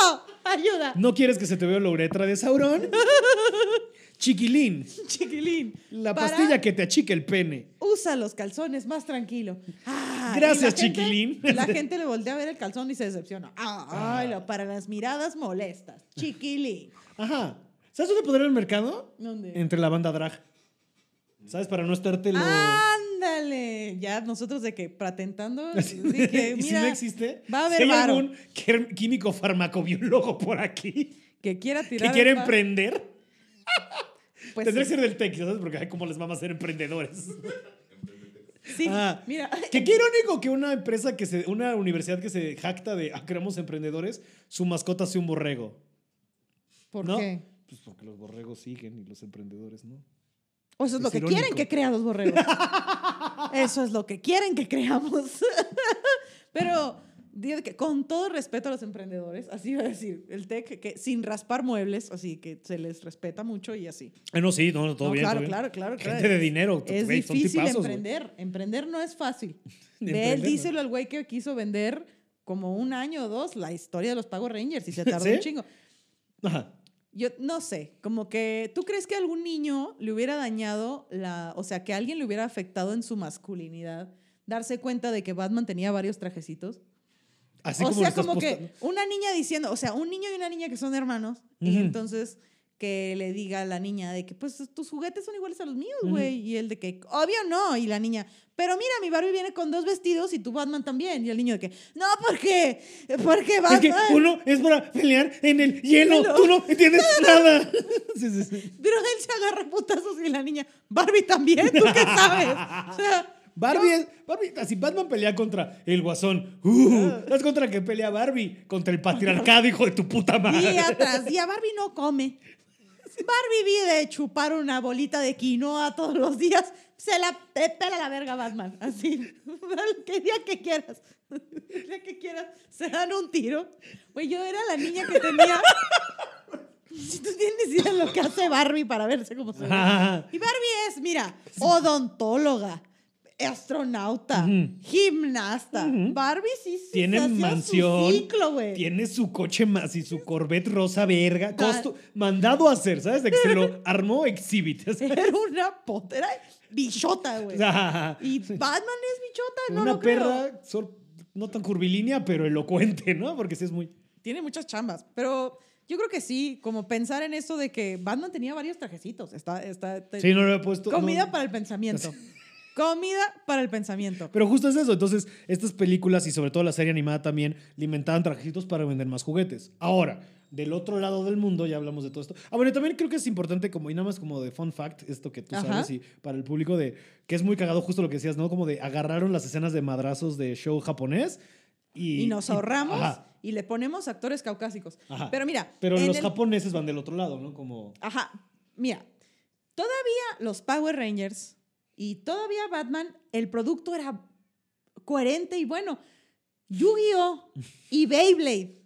No, ayuda. ¿No quieres que se te vea la uretra de Saurón? Chiquilín. Chiquilín. La Para- pastilla que te achica el pene. Usa los calzones más tranquilo. Ah, y Gracias, la gente- chiquilín. la gente le voltea a ver el calzón y se decepciona. Ah, ay, lo- para las miradas molestas. Chiquilín. Ajá. ¿Sabes dónde podría ir el mercado? ¿Dónde? Entre la banda drag. ¿Sabes? Para no estarte lo. Ah, Ándale. Ya nosotros de que patentando. Así de que, y si mira, no existe, va a si haber hay varo. algún quer- químico farmacobiólogo por aquí que quiera que tirar. quiere el pa- emprender, pues tendría que sí. ser del Texas, ¿sabes? Porque ay, cómo les vamos a ser emprendedores. Sí, Ah, mira. Que qué irónico que una empresa que se, una universidad que se jacta de ah, creamos emprendedores, su mascota sea un borrego. ¿Por ¿no? qué? Pues porque los borregos siguen y los emprendedores no. O eso es, Es lo que irónico. quieren que crea los borregos. eso es lo que quieren que creamos. Pero digo que con todo respeto a los emprendedores, así iba a decir, el TEC, que sin raspar muebles, así que se les respeta mucho y así. Ah, no, sí, no, no, todo No, bien. claro, todo bien. claro, claro, claro. Gente de dinero. Es güey, son difícil tipazos, güey. emprender. Emprender no es fácil. Ni Ve, él emprender, díselo al güey que quiso vender como un año o dos la historia de los Pago Rangers y se tardó ¿Sí? un chingo. Ajá. Yo no sé, como que tú crees que algún niño le hubiera dañado la, o sea, que alguien le hubiera afectado en su masculinidad, darse cuenta de que Batman tenía varios trajecitos. Así o como, lo sea, estás como postando. que una niña diciendo, o sea, un niño y una niña que son hermanos, y Ujú. entonces que le diga a la niña de que, pues tus juguetes son iguales a los míos, Ujú. güey, y él de que, obvio no, y la niña, pero mira, mi Barbie viene con dos vestidos y tu Batman también, y el niño de que, no, porque, porque Es que Batman... uno es para pelear en el hielo. Hielo. Tú no entiendes nada. Sí, sí, sí. Pero él se agarra a putazos y la niña, Barbie también, ¿tú qué sabes? O sea, Barbie es. Barbie, así Batman pelea contra el guasón. Uh, Ah. ¿Sabes contra qué pelea Barbie? Contra el patriarcado, hijo de tu puta madre. día tras día, Barbie no come. Barbie vive de chupar una bolita de quinoa todos los días. Se la te pela la verga Batman, así. Que día que quieras. El día que quieras, se dan un tiro. Güey, yo era la niña que tenía... Si tú tienes idea de lo que hace Barbie para verse como se ve. Ajá. Y Barbie es, mira, odontóloga, astronauta, Ujú. gimnasta. Barbie sí, sí Tiene se hacía su mansión. ciclo, güey. Tiene su coche más y su Corvette rosa verga. Costo, mandado a hacer, ¿sabes? De que se lo armó Exhibit. Era una pot, era bichota, güey. Ajá. Y Batman es bichota, no Ah, Una lo creo. perra sor- no tan curvilínea, pero elocuente, ¿no? Porque sí es muy. Tiene muchas chambas, pero yo creo que sí, como pensar en eso de que Batman tenía varios trajecitos. Está, está, te- Sí, no lo había puesto. no. comida para el pensamiento. comida para el pensamiento. Pero justo es eso. Entonces, estas películas y sobre todo la serie animada también alimentaban trajecitos para vender más juguetes. Ahora, del otro lado del mundo, ya hablamos de todo esto. Ah, bueno, y también creo que es importante, como, y nada más como de fun fact, esto que tú Ajá. sabes y para el público, de que es muy cagado justo lo que decías, ¿no? Como de agarraron las escenas de madrazos de show japonés y. y nos ahorramos y, ajá, le ponemos actores caucásicos. Ajá. Pero mira, Pero en los el- japoneses van del otro lado, ¿no? Como. Ajá, mira, todavía los Power Rangers y todavía Batman, el producto era coherente y bueno. Yu-Gi-Oh y Beyblade.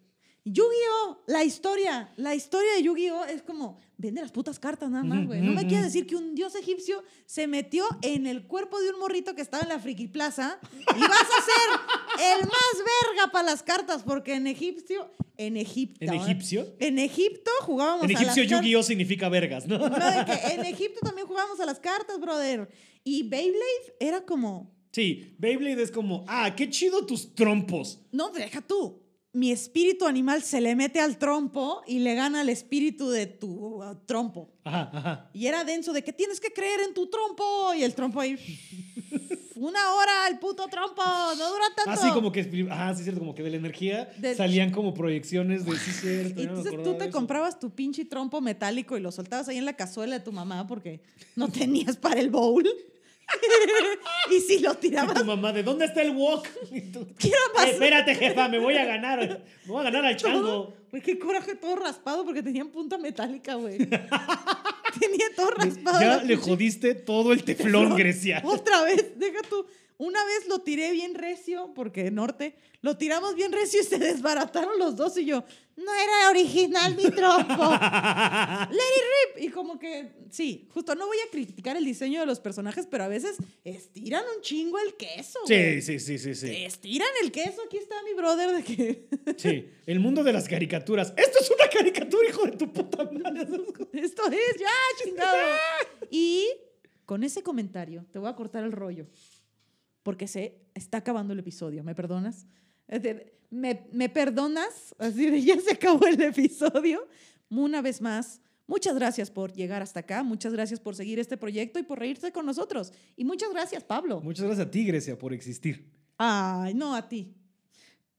Yu-Gi-Oh, la historia, la historia de Yu-Gi-Oh es como vende las putas cartas nada más, Ujú, güey. No me ujú, quieres ujú. decir que un dios egipcio se metió en el cuerpo de un morrito que estaba en la friki plaza y vas a ser el más verga para las cartas porque en egipcio, en Egipto, ¿En egipcio? en Egipto jugábamos En a las egipcio, cartas. Yu-Gi-Oh significa vergas, ¿no? No, de que en Egipto también jugábamos a las cartas, brother. Y Beyblade era como, Sí, Beyblade es como, ah, qué chido tus trompos. no, pero deja tú. Mi espíritu animal se le mete al trompo y le gana al espíritu de tu uh, trompo. Ajá, ajá. Y era denso de que tienes que creer en tu trompo. Y el trompo ahí. Una hora el puto trompo. No dura tanto. Así como que, ah, sí, cierto, como que de la energía Del- salían como proyecciones de sí, cierto. Y ya me entonces acordaba tú te de eso. comprabas tu pinche trompo metálico y lo soltabas ahí en la cazuela de tu mamá porque no tenías para el bowl. y si lo Y tirabas, tu mamá, ¿de dónde está el wok? Y tú, ¿qué era "Eh, más? espérate, jefa, me voy a ganar. Me voy a ganar al chango. todo, güey, qué coraje, todo raspado porque tenían punta metálica, güey. Tenía todo raspado. Ya la le pinche- jodiste todo el teflón, Grecia. Otra vez, deja tú. Una vez lo tiré bien recio, porque norte, lo tiramos bien recio y se desbarataron los dos y yo, no era original mi trompo. Let it rip. Y como que, sí, justo no voy a criticar el diseño de los personajes, pero a veces estiran un chingo el queso. Sí, güey. sí, sí, sí, sí. Estiran el queso. Aquí está mi brother de que Sí. El mundo de las caricaturas. Esto es una caricatura, hijo de tu puta madre. esto es ya, chingado. Y con ese comentario te voy a cortar el rollo, porque se está acabando el episodio. ¿Me perdonas? Es de, ¿me, ¿Me perdonas? Así de, ya se acabó el episodio. Una vez más, muchas gracias por llegar hasta acá. Muchas gracias por seguir este proyecto y por reírse con nosotros. Y muchas gracias, Pablo. Muchas gracias a ti, Grecia, por existir. Ay, no a ti.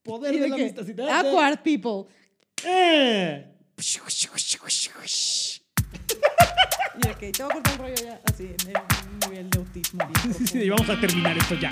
Poder Y de de la que, Ah, amistad. Awkward people. Eh. Y ok, te voy a cortar el rollo ya así, en el nivel de autismo. bien Sí, sí, profundo. vamos a terminar esto ya.